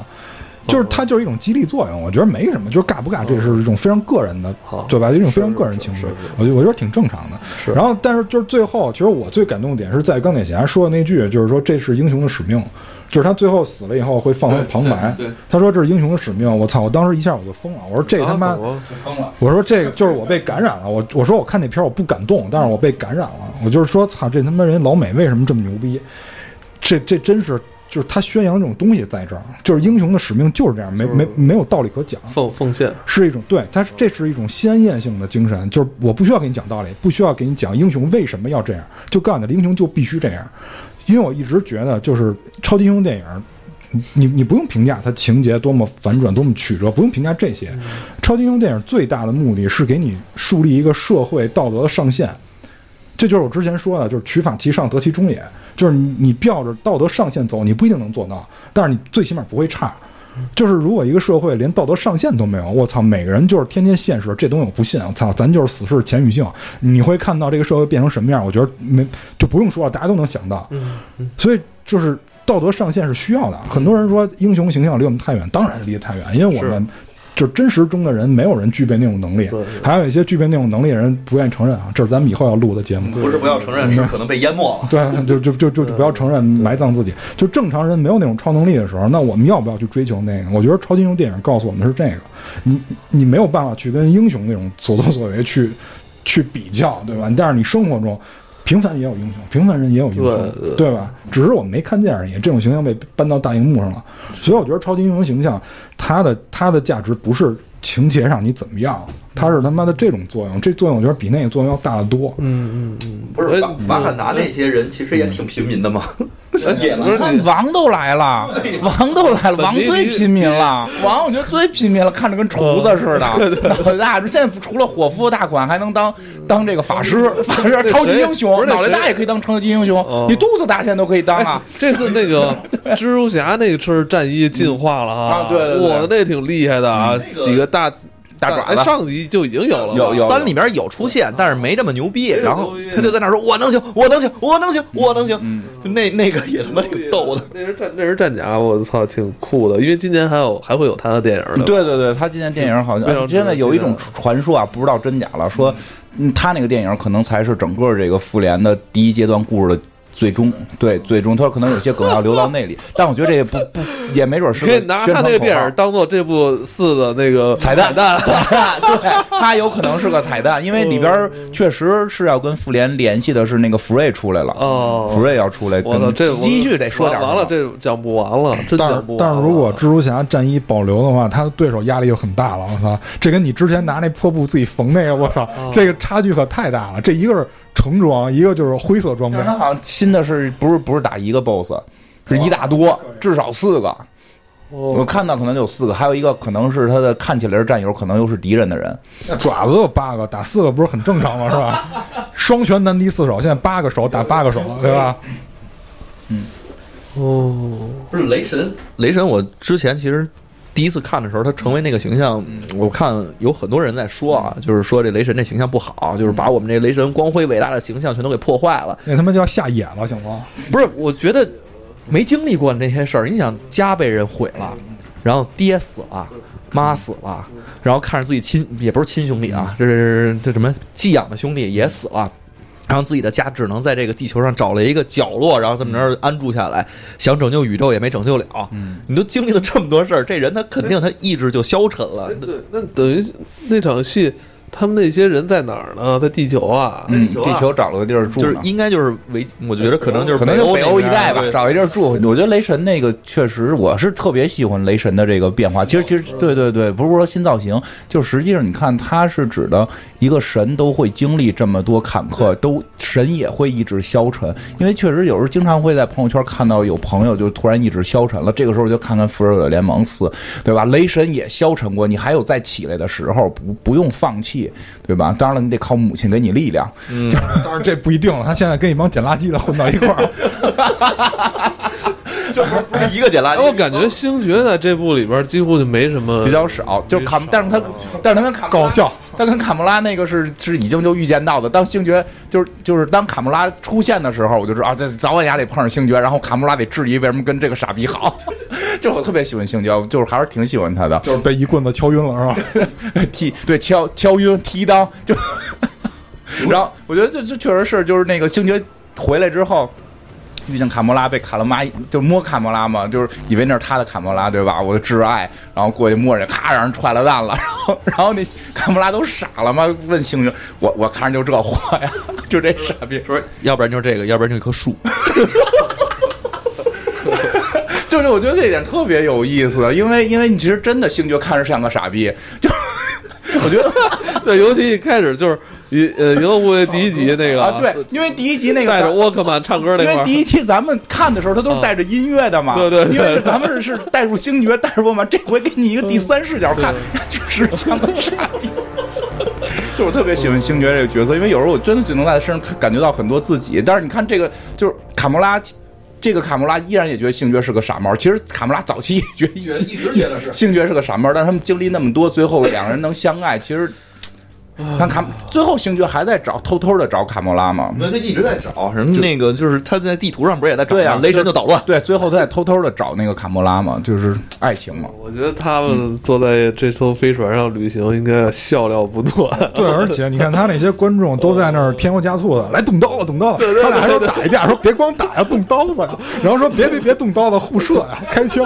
[SPEAKER 4] 就是它就是一种激励作用，我觉得没什么，就是尬不尬，这是一种非常个人的
[SPEAKER 1] 好，
[SPEAKER 4] 对吧？一种非常个人情绪，我觉得我觉得挺正常的。然后，但是就是最后，其实我最感动的点是在于钢铁侠说的那句，就是说这是英雄的使命，就是他最后死了以后会放声旁白，他说这是英雄的使命。我操！我当时一下我就疯了，我说这他妈。
[SPEAKER 1] 啊怎么
[SPEAKER 4] 我说这个就是我被感染了，我我说我看那片儿我不感动，但是我被感染了，我就是说，操，这他妈人老美为什么这么牛逼？这这真是就是他宣扬这种东西在这儿，就是英雄的使命就是这样，没没没有道理可讲，
[SPEAKER 1] 奉奉献，
[SPEAKER 4] 是一种对，它是这是一种鲜艳性的精神，就是我不需要给你讲道理，不需要给你讲英雄为什么要这样，就告诉你英雄就必须这样，因为我一直觉得就是超级英雄电影。你你不用评价它情节多么反转、多么曲折，不用评价这些。超级英雄电影最大的目的是给你树立一个社会道德的上限，这就是我之前说的，就是取法其上，得其中也。就是你你吊着道德上限走，你不一定能做到，但是你最起码不会差。就是如果一个社会连道德上限都没有，我操，每个人就是天天现实，这东西我不信，我操，咱就是死是前语性，你会看到这个社会变成什么样？我觉得没就不用说了，大家都能想到。
[SPEAKER 1] 嗯
[SPEAKER 4] 所以就是道德上限是需要的。很多人说英雄形象离我们太远，当然离得太远，因为我们就是真实中的人，没有人具备那种能力
[SPEAKER 1] 对对，
[SPEAKER 4] 还有一些具备那种能力的人不愿意承认啊。这是咱们以后要录的节目。
[SPEAKER 5] 不是不要承认，是可能被淹没了。
[SPEAKER 4] 对，就就就就就不要承认埋葬自己。就正常人没有那种超能力的时候，那我们要不要去追求那个？我觉得超级英雄电影告诉我们的是这个，你你没有办法去跟英雄那种所作所为去去比较，对吧？但是你生活中。平凡也有英雄，平凡人也有英雄，
[SPEAKER 1] 对
[SPEAKER 4] 对吧？只是我们没看见而已。这种形象被搬到大荧幕上了，所以我觉得超级英雄形象，它的它的价值不是情节上你怎么样，它是他妈的这种作用，这作用我觉得比那个作用要大得多。
[SPEAKER 1] 嗯嗯嗯，
[SPEAKER 5] 不
[SPEAKER 1] 哎
[SPEAKER 5] 是瓦瓦坎达那些人其实也挺平民的嘛，也
[SPEAKER 1] 哎不是
[SPEAKER 2] 看
[SPEAKER 1] 你
[SPEAKER 2] 王都来了，王都来了，王最平民了，王我觉得最平民了，看着跟厨子似的，脑袋大。现在除了伙夫大款，还能当当这个法师，法师超级英
[SPEAKER 1] 不
[SPEAKER 2] 雄，
[SPEAKER 1] 是那谁
[SPEAKER 2] 脑袋大也可以当超级英
[SPEAKER 1] 哦
[SPEAKER 2] 雄，你肚子大现在都可以当 啊。
[SPEAKER 1] 这次那个蜘蛛侠那身战衣进化了哈，
[SPEAKER 2] 啊对对对嗯
[SPEAKER 1] 我那挺厉害的啊，几个大
[SPEAKER 2] 大爪子
[SPEAKER 1] 哎上集就已经有了吧，
[SPEAKER 2] 有有
[SPEAKER 5] 三里面有出现，但是没这么牛逼。
[SPEAKER 1] 这么
[SPEAKER 5] 然后
[SPEAKER 1] 牛逼
[SPEAKER 5] 他就在那儿说：“我能行，我能行，我能行，我能行。”就那那个也他妈挺逗的。
[SPEAKER 1] 那是战那是战甲，我操，挺酷的，因为今年还有还会有他的电影的，
[SPEAKER 2] 对对对，他今年电影好
[SPEAKER 1] 非常
[SPEAKER 2] 像
[SPEAKER 1] 值得
[SPEAKER 2] 现在有一种
[SPEAKER 1] 期
[SPEAKER 2] 传说啊，不知道真假了，说嗯他那个电影可能才是整个这个复联的第一阶段故事的。最终，对最终，他说可能有些梗要留到那 里，但我觉得这也不不也没准是
[SPEAKER 1] 你
[SPEAKER 2] 个
[SPEAKER 1] 可以 拿他那
[SPEAKER 2] 宣传
[SPEAKER 1] 个
[SPEAKER 2] 口
[SPEAKER 1] 电
[SPEAKER 2] 号
[SPEAKER 1] 影当做这部四的那个
[SPEAKER 2] 彩蛋，彩蛋， 对，它有可能是个彩蛋，因为里边
[SPEAKER 1] 哦
[SPEAKER 2] 儿确实是要跟复联联系的是那个福瑞出来了，
[SPEAKER 1] 哦
[SPEAKER 2] 福瑞要出来，
[SPEAKER 1] 我操，
[SPEAKER 2] 跟
[SPEAKER 1] 这我
[SPEAKER 2] 继嗯续得说点儿
[SPEAKER 1] 完了，这讲不完了，真
[SPEAKER 4] 但是
[SPEAKER 1] 讲不完了。
[SPEAKER 4] 但是如果蜘蛛侠战衣保留的话，他的对手压力就很大了。我操，这跟你之前拿那破布自己缝那个，我操，
[SPEAKER 1] 哦
[SPEAKER 4] 这个差距可太大了。这一个是橙装，一个就是灰色装备
[SPEAKER 2] 但是。他好像新的是不是不是打一个 BOSS，是一大多，至少四个。我
[SPEAKER 1] 哦
[SPEAKER 2] 看到可能有四个，还有一个可能是他的看起来是战友，可能又是敌人的人。
[SPEAKER 4] 那爪子有八个，打四个不是很正常吗？是吧？ 双拳难敌四手，现在八个手打八个手，对吧？
[SPEAKER 1] 哦，
[SPEAKER 5] 不是雷神，雷神，我之前其实第一次看的时候，他成为那个形象，我看有很多人在说啊，就是说这雷神这形象不好，就是把我们这雷神光辉伟大的形象全都给破坏了。
[SPEAKER 4] 那他妈就要下野了，行吗？
[SPEAKER 5] 不是，我觉得没经历过那些事儿。你想，家被人毁了，然后爹死了，妈死了，然后看着自己亲也不是亲兄弟
[SPEAKER 2] 嗯
[SPEAKER 5] 啊，这是这什么寄养的兄弟也死了。然后自己的家只能在这个地球上找了一个角落，然后这么着安住下来，想拯救宇宙也没拯救了。
[SPEAKER 2] 嗯
[SPEAKER 5] 你都经历了
[SPEAKER 2] 嗯
[SPEAKER 5] 这么多事儿，这人他肯定他意志就消沉了。
[SPEAKER 1] 对，那等于那场戏，他们那些人在哪儿呢？在地球啊，
[SPEAKER 2] 嗯，
[SPEAKER 3] 地球啊
[SPEAKER 2] 地球找了个地儿住
[SPEAKER 3] 就
[SPEAKER 2] 呢，
[SPEAKER 3] 是应该就是维，我觉得可能就是
[SPEAKER 2] 可能就北
[SPEAKER 3] 北
[SPEAKER 2] 欧一
[SPEAKER 3] 那
[SPEAKER 2] 带
[SPEAKER 3] 边
[SPEAKER 2] 吧
[SPEAKER 3] 对，
[SPEAKER 2] 找一地儿住。我觉得雷神那个确实，我是特别喜欢雷神的这个变化。其实，其实对对对，不是说新造型，就实际上你看，他是指的一个神都会经历这么多坎坷，都神也会意志消沉。因为确实有时候经常会在朋友圈看到有朋友就突然意志消沉了，这个时候就看看《复仇者联盟四》，对吧？雷神也消沉过，你还有再起来的时候，不不用放弃，对吧？当然了，你得靠母亲给你力量。
[SPEAKER 1] 嗯
[SPEAKER 4] 但是这不一定了，他现在跟一帮捡垃圾的混到一块 儿，
[SPEAKER 3] 不是一个捡垃
[SPEAKER 1] 哎，
[SPEAKER 2] 哦
[SPEAKER 3] 圾。
[SPEAKER 1] 我感觉星爵在这部里边几乎就没什么
[SPEAKER 2] 呃比较少，啊就是卡，但是他，但是他跟卡
[SPEAKER 4] 搞笑，
[SPEAKER 2] 他跟卡莫拉那个是是已经就预见到的。当星爵就是就是当卡莫拉出现的时候，我就知道啊，这早晚也得碰上星爵，然后卡莫拉得质疑为什么跟这个傻逼好。 就我特别喜欢星爵，我就是还是挺喜欢他的。
[SPEAKER 4] 就是被一棍子敲晕了，是吧？
[SPEAKER 2] 踢对敲敲晕踢裆就，然后我觉得这这确实是就是那个星爵回来之后。遇见卡莫拉被卡拉妈就摸卡莫拉嘛，就是以为那是他的卡莫拉对吧？我的挚爱，然后过去摸人，咔让人踹了蛋了，然后然后那卡莫拉都傻了嘛，问星爵我我看着就这货呀，就这傻逼，
[SPEAKER 3] 说，要不然就是这个，要不然就一棵树。
[SPEAKER 2] 就是我觉得这一点特别有意思，因为因为你其实真的星爵看着像个傻逼，就 我觉得
[SPEAKER 1] 对，尤其一开始就是银呃银河护卫第一集那个
[SPEAKER 2] 啊对，因为第一集那个
[SPEAKER 1] 带着
[SPEAKER 2] 咱
[SPEAKER 1] 沃克曼唱歌那
[SPEAKER 2] 因
[SPEAKER 1] 块
[SPEAKER 2] 为
[SPEAKER 1] 儿嗯
[SPEAKER 2] 第，一期咱们看的时候，他都是带着音乐的嘛，
[SPEAKER 1] 对对对嗯
[SPEAKER 2] 因为是咱们是是带入星爵，带入我们这回给你一个第三视角看， 确实像个傻 逼。就是我特别喜欢星爵这个角色，因为有时候我真的只能在他身上感觉到很多自己。但是你看这个，就是卡莫拉，这个卡莫拉依然也觉得星爵是个傻帽。其实卡莫拉早期也觉得一直觉得是星爵是个傻帽，但是他们经历那么多，最后两个人能相爱，其实。看卡，最后星爵还在找，偷偷的找卡莫拉嘛？
[SPEAKER 3] 那他一直在找哦什么？那个就是他在地图上不是也在找
[SPEAKER 2] 对啊
[SPEAKER 3] 吗雷神就捣乱。
[SPEAKER 2] 对，最后他在偷偷的找那个卡莫拉嘛，就是爱情 嘛。
[SPEAKER 1] 我觉得他们坐在这艘飞船上旅行，应该笑料不 断。
[SPEAKER 4] 对，而且你看他那些观众都在那儿添油加醋的，来动刀了，动刀了，他俩还说打一架，说别光打呀，动刀子呀，然后说别别别动刀子，互射呀，开枪。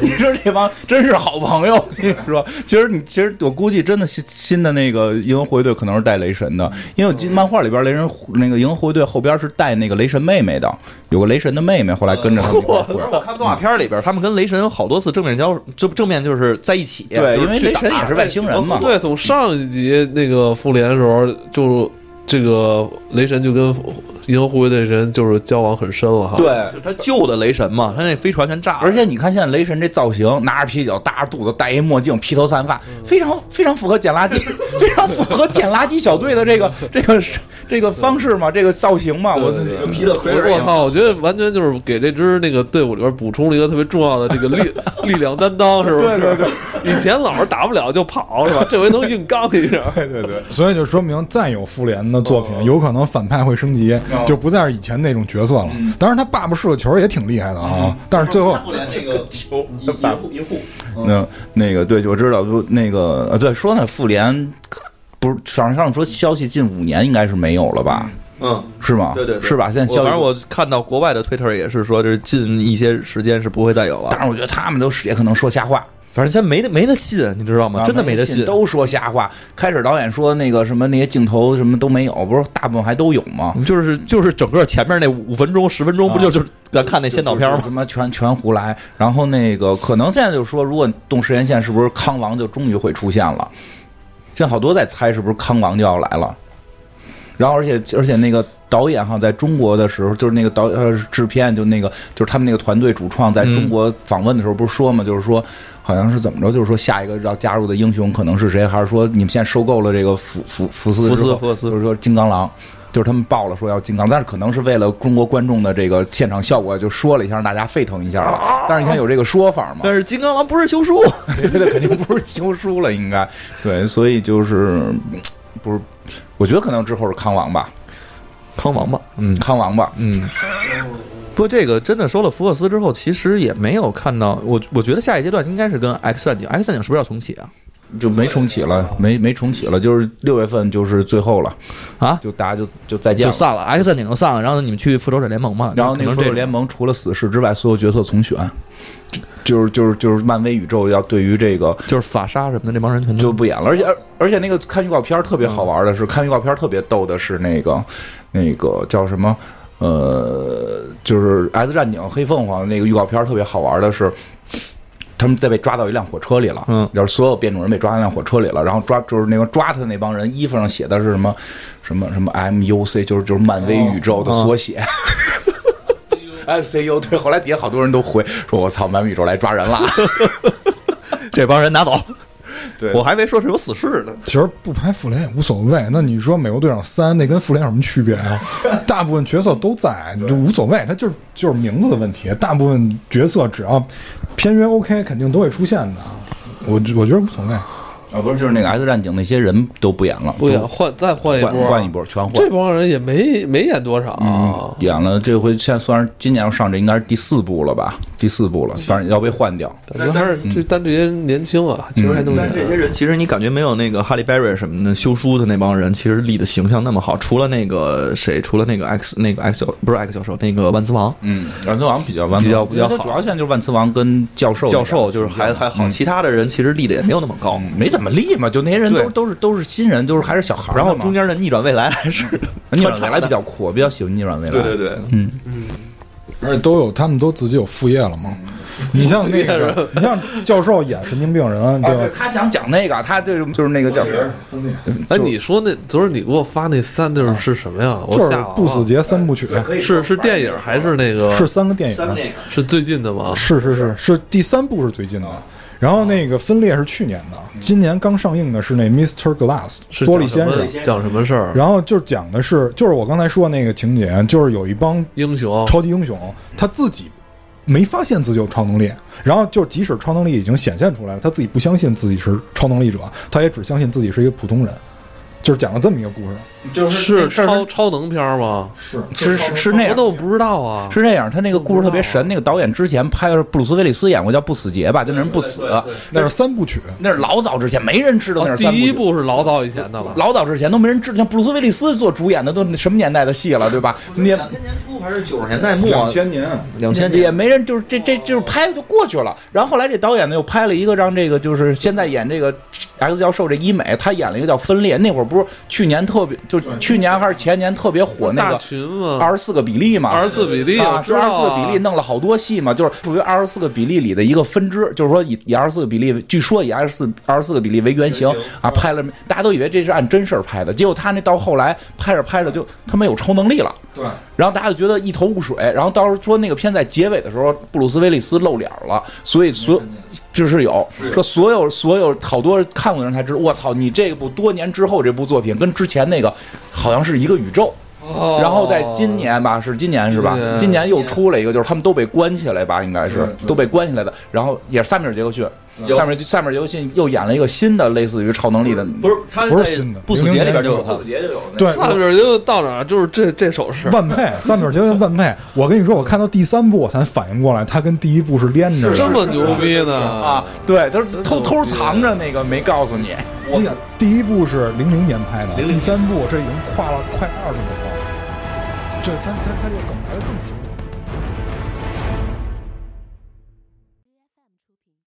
[SPEAKER 2] 你说这帮真是好朋友，我跟你说，其实你其实我估计真的新新的那个银河护卫队可能是带雷神的，因为我记漫画里边雷神那个银河护卫队后边是带那个雷神妹妹的，有个雷神的妹妹后来跟着他们 一块儿混。
[SPEAKER 3] 我看动画片里边，他们跟雷神有好多次正面交，正正面就是在一起。
[SPEAKER 2] 对，
[SPEAKER 3] 就
[SPEAKER 2] 因为
[SPEAKER 3] 去
[SPEAKER 2] 雷
[SPEAKER 3] 打
[SPEAKER 2] 神也是外星人嘛。
[SPEAKER 1] 对，从上一集那个复联的时候，就这个雷神就跟银河护卫队神就是交往很深了哈。
[SPEAKER 2] 对
[SPEAKER 3] 就是他救的雷神嘛，他那飞船全炸了。
[SPEAKER 2] 而且你看现在雷神这造型，拿着啤酒，搭着肚子，戴一墨镜，披头散发，
[SPEAKER 3] 嗯
[SPEAKER 2] 非常非常符合捡 垃圾，非常符合捡垃圾小队的这个
[SPEAKER 3] 嗯
[SPEAKER 2] 这个这个方式嘛，这个造型嘛，我
[SPEAKER 1] 对对对
[SPEAKER 2] 皮的
[SPEAKER 1] 我我操！我觉得完全就是给这支那个队伍里边补充了一个特别重要的这个力力量担当，是不是？
[SPEAKER 2] 对对对，
[SPEAKER 1] 以前老是打不了就跑，是吧？这回能硬刚一下。
[SPEAKER 2] 对对对，
[SPEAKER 4] 所以就说明再有复联的作品，有可能反派会升级，就不再是以前那种角色了。当然他爸爸是个球也挺厉害的啊，但是最后
[SPEAKER 3] 连那个
[SPEAKER 2] 球
[SPEAKER 3] 一护，
[SPEAKER 2] 那嗯那个对，我知道，不那个呃，对，说呢，复联不是网上说消息近五年应该是没有了吧？
[SPEAKER 3] 嗯，
[SPEAKER 2] 是吗？
[SPEAKER 3] 对对，对
[SPEAKER 2] 是吧？现在消息
[SPEAKER 3] 我反正我看到国外的 Twitter 也是说，就是近一些时间是不会再有了
[SPEAKER 2] 当。然我觉得他们都是也可能说瞎话。
[SPEAKER 3] 反正现在没得没得信，你知道吗？
[SPEAKER 2] 啊
[SPEAKER 3] 真的
[SPEAKER 2] 没
[SPEAKER 3] 得
[SPEAKER 2] 信，都说瞎话。开始导演说那个什么那些镜头什么都没有，不是大部分还都有吗？
[SPEAKER 3] 就是就是整个前面那五分钟十分钟，不就就是咱看那先导片
[SPEAKER 2] 就
[SPEAKER 3] 吗
[SPEAKER 2] 是？什么全全胡来。然后那个可能现在就说，如果动时间线，是不是康王就终于会出现了？现在好多在猜是不是康王就要来了。然后而且而且那个导演好像在中国的时候，就是那个导呃制片就那个就是他们那个团队主创在
[SPEAKER 3] 嗯
[SPEAKER 2] 中国访问的时候不是说嘛，就是说好像是怎么着，就是说下一个要加入的英雄可能是谁，还是说你们现在收购了这个福福福斯
[SPEAKER 3] 福斯
[SPEAKER 2] 之后
[SPEAKER 3] 福斯
[SPEAKER 2] 就是说金刚狼。就是他们报了说要金刚，但是可能是为了中国观众的这个现场效果，就说了一下，让大家沸腾一下
[SPEAKER 3] 啊
[SPEAKER 2] 了。但是你看有这个说法嘛？
[SPEAKER 3] 但是金刚狼不是 修书，
[SPEAKER 2] 对对，肯定不是修书了，应该对，所以就是不是？我觉得可能之后是康王吧，
[SPEAKER 3] 康王吧？嗯
[SPEAKER 2] 康王吧，
[SPEAKER 3] 嗯。不过这个真的说了福克斯之后，其实也没有看到我，我觉得下一阶段应该是跟 X 战警，X 战警是不是要重启啊？
[SPEAKER 2] 就没重启了，没没重启了，就是六月份就是最后了
[SPEAKER 3] 啊
[SPEAKER 2] 就大家就就再见
[SPEAKER 3] 就
[SPEAKER 2] 了。
[SPEAKER 3] 散了，X 战警就散了，然后你们去复仇者联盟嘛。
[SPEAKER 2] 然后那个
[SPEAKER 3] 就
[SPEAKER 2] 复
[SPEAKER 3] 可能这
[SPEAKER 2] 仇
[SPEAKER 3] 种
[SPEAKER 2] 联盟除了死侍之外，所有角色重选，就是就是就是漫威宇宙要对于这个
[SPEAKER 5] 就是法沙什么的那帮人全都
[SPEAKER 2] 就不演了，而且而而且那个看预告片儿特别好玩的是，看预告片儿特别逗的是那个那个叫什么呃，就是《X 战警：黑凤凰》那个预告片儿特别好玩的是。他们在被抓到一辆火车里了，
[SPEAKER 3] 嗯，
[SPEAKER 2] 就是所有变种人被抓到一辆火车里了，然后抓就是那个抓他的那帮人衣服上写的是什么什么什么 MUC，就是就是漫威宇宙的缩写。MCU 哎对，后来底下好多人都回说：“我操，漫威宇宙来抓人了。
[SPEAKER 3] 这帮人拿走。
[SPEAKER 2] 对
[SPEAKER 3] 我还没说是有死士呢。
[SPEAKER 4] 其实不拍复联也无所谓。那你说《美国队长三》那跟复联有什么区别 啊？大部分角色都在，就无所谓，它就是就是名字的问题。大部分角色只要片约 OK，肯定都会出现的。我我觉得无所谓。”
[SPEAKER 2] 啊，不是，就是那个 X 战警那些人都不演了，
[SPEAKER 1] 不演
[SPEAKER 2] 都
[SPEAKER 1] 换再换一
[SPEAKER 2] 换
[SPEAKER 1] 波，
[SPEAKER 2] 换一波，全换。嗯
[SPEAKER 1] 这帮人也没没演多少，
[SPEAKER 2] 演了这回，现在算是今年上这应该是第四部了吧？第四部了，反正要被换掉。
[SPEAKER 1] 感觉还是这但这些人年轻啊，其实还能
[SPEAKER 3] 但这些
[SPEAKER 1] 演。
[SPEAKER 3] 人其实你感觉没有那个哈利·贝瑞什么的修书的那帮人，其实立的形象那么好。除了那个谁，除了那个 X 那个 X 教不是 X 教授，那个万磁王
[SPEAKER 2] 嗯，万磁王比较万
[SPEAKER 3] 比较比较
[SPEAKER 2] 因为它
[SPEAKER 3] 好
[SPEAKER 2] 主要现在就是万磁王跟教授那边
[SPEAKER 3] 教授，就是还还好，其他的人其实立的也没有那么高。
[SPEAKER 2] 没怎么立嘛，就那些人都
[SPEAKER 3] 对
[SPEAKER 2] 都是都是新人，都是还是小孩儿
[SPEAKER 3] 然
[SPEAKER 2] 呢嘛。
[SPEAKER 3] 后中间的逆转未来还是
[SPEAKER 2] 逆
[SPEAKER 3] 穿
[SPEAKER 2] 转
[SPEAKER 3] 插
[SPEAKER 2] 未来比
[SPEAKER 3] 的，
[SPEAKER 2] 较酷，我比较喜欢逆转未来。
[SPEAKER 3] 对对，对，
[SPEAKER 2] 嗯，
[SPEAKER 4] 而且都有，他们都自己有副业了嘛。你像那个，你像教授演神经病人，
[SPEAKER 2] 啊
[SPEAKER 4] 对
[SPEAKER 2] 对
[SPEAKER 4] 吧？
[SPEAKER 2] 他想讲那个，他就是就是那个叫什么？
[SPEAKER 1] 哎，你说那昨儿你给我发那三的是是什么呀？我
[SPEAKER 4] 就是
[SPEAKER 1] 吓
[SPEAKER 4] 不死
[SPEAKER 1] 了
[SPEAKER 4] 劫三部曲，
[SPEAKER 1] 啊。是是电影还是那个？
[SPEAKER 4] 是三个电影，
[SPEAKER 3] 那个
[SPEAKER 1] 是最近的吗？
[SPEAKER 4] 是是是是第三部是最近的。
[SPEAKER 3] 啊
[SPEAKER 4] 然后那个分裂是去年的，
[SPEAKER 3] 嗯
[SPEAKER 4] 今年刚上映的是那 Mr. Glass
[SPEAKER 1] 是
[SPEAKER 4] 多
[SPEAKER 1] 讲
[SPEAKER 4] 利
[SPEAKER 1] 什
[SPEAKER 4] 先
[SPEAKER 1] 么
[SPEAKER 4] 生，
[SPEAKER 1] 讲什么事儿？
[SPEAKER 4] 然后就讲的是，就是我刚才说那个情节，就是有一帮
[SPEAKER 3] 哦
[SPEAKER 1] 英雄
[SPEAKER 4] 超级英雄，他自己没发现自己有超能力，然后就即使超能力已经显现出来了，他自己不相信自己是超能力者，他也只相信自己是一个普通人，就是讲了这么一个故事。
[SPEAKER 1] 是超超能片儿吗？
[SPEAKER 2] 是是是那
[SPEAKER 1] 我
[SPEAKER 2] 样
[SPEAKER 1] 怎。么不知道啊？
[SPEAKER 2] 是这样，他那个故事特别神。那个导演之前拍的是布鲁斯·威利斯演过叫《不死劫》吧，就那人不死，
[SPEAKER 4] 那是三部曲，
[SPEAKER 2] 那是老早之前没人知道那
[SPEAKER 1] 哦
[SPEAKER 2] 是
[SPEAKER 1] 第
[SPEAKER 2] 三部曲
[SPEAKER 1] 一部是老早以前的了。
[SPEAKER 2] 老早之前都没人知，像布鲁斯·威利斯做主演的都什么年代的戏了，对吧？你也
[SPEAKER 3] 千年初还是九十年代末
[SPEAKER 4] 年，
[SPEAKER 3] 两千
[SPEAKER 2] 也没人，就是这这就是拍就过去了。然后后来这导演呢又拍了一个让这个就是现在演这个 X 教授这医美，他演了一个叫《分裂》，那会儿不是去年特别，就是去年还是前年特别火那
[SPEAKER 1] 大
[SPEAKER 2] 个。
[SPEAKER 1] 群嘛，
[SPEAKER 2] 二十四个比例嘛，
[SPEAKER 1] 24比例
[SPEAKER 2] 啊，
[SPEAKER 1] 我知
[SPEAKER 2] 就
[SPEAKER 1] 道啊
[SPEAKER 2] 二十四个比例弄了好多戏嘛，就是属于二十四个比例里的一个分支，就是说以以二十四个比例，据说以二十四二十四个比例为原型啊，拍了，大家都以为这是按真事儿拍的，结果他那到后来拍着拍着就他没有超能力了，
[SPEAKER 4] 对，
[SPEAKER 2] 然后大家就觉得一头雾水，然后到时候说那个片在结尾的时候，布鲁斯威利斯露脸了，所以所就是有说所有所有好多看过的人才知道，我操，你这部多年之后这部作品跟之前那个好像是一个宇宙。
[SPEAKER 1] 哦
[SPEAKER 2] 然后在今年吧，是今年是吧
[SPEAKER 1] 今？年
[SPEAKER 2] 今年又出了一个，就是他们都被关起来吧，应该是都被关起来的。然后也是萨米尔杰克逊，
[SPEAKER 3] 有
[SPEAKER 2] 萨米尔萨米尔杰克逊又演了一个新的类似于超能力的，
[SPEAKER 3] 不是他
[SPEAKER 4] 不是新的
[SPEAKER 3] 不死劫里边就有他
[SPEAKER 4] 00，
[SPEAKER 3] 劫就有
[SPEAKER 4] 对，
[SPEAKER 1] 上面就到哪儿就是这这首诗，
[SPEAKER 4] 万 配三本绝对万配。我跟你说，我看到第三部我才反应过来，它跟第一部是连着的。
[SPEAKER 1] 这么牛逼呢
[SPEAKER 2] 啊！，对，他是偷偷藏着那个没告诉你。
[SPEAKER 4] 我想第一部是零零年拍的，
[SPEAKER 3] 00
[SPEAKER 4] 第三部这已经跨了快二十年了。这他他他这个梗来的更平。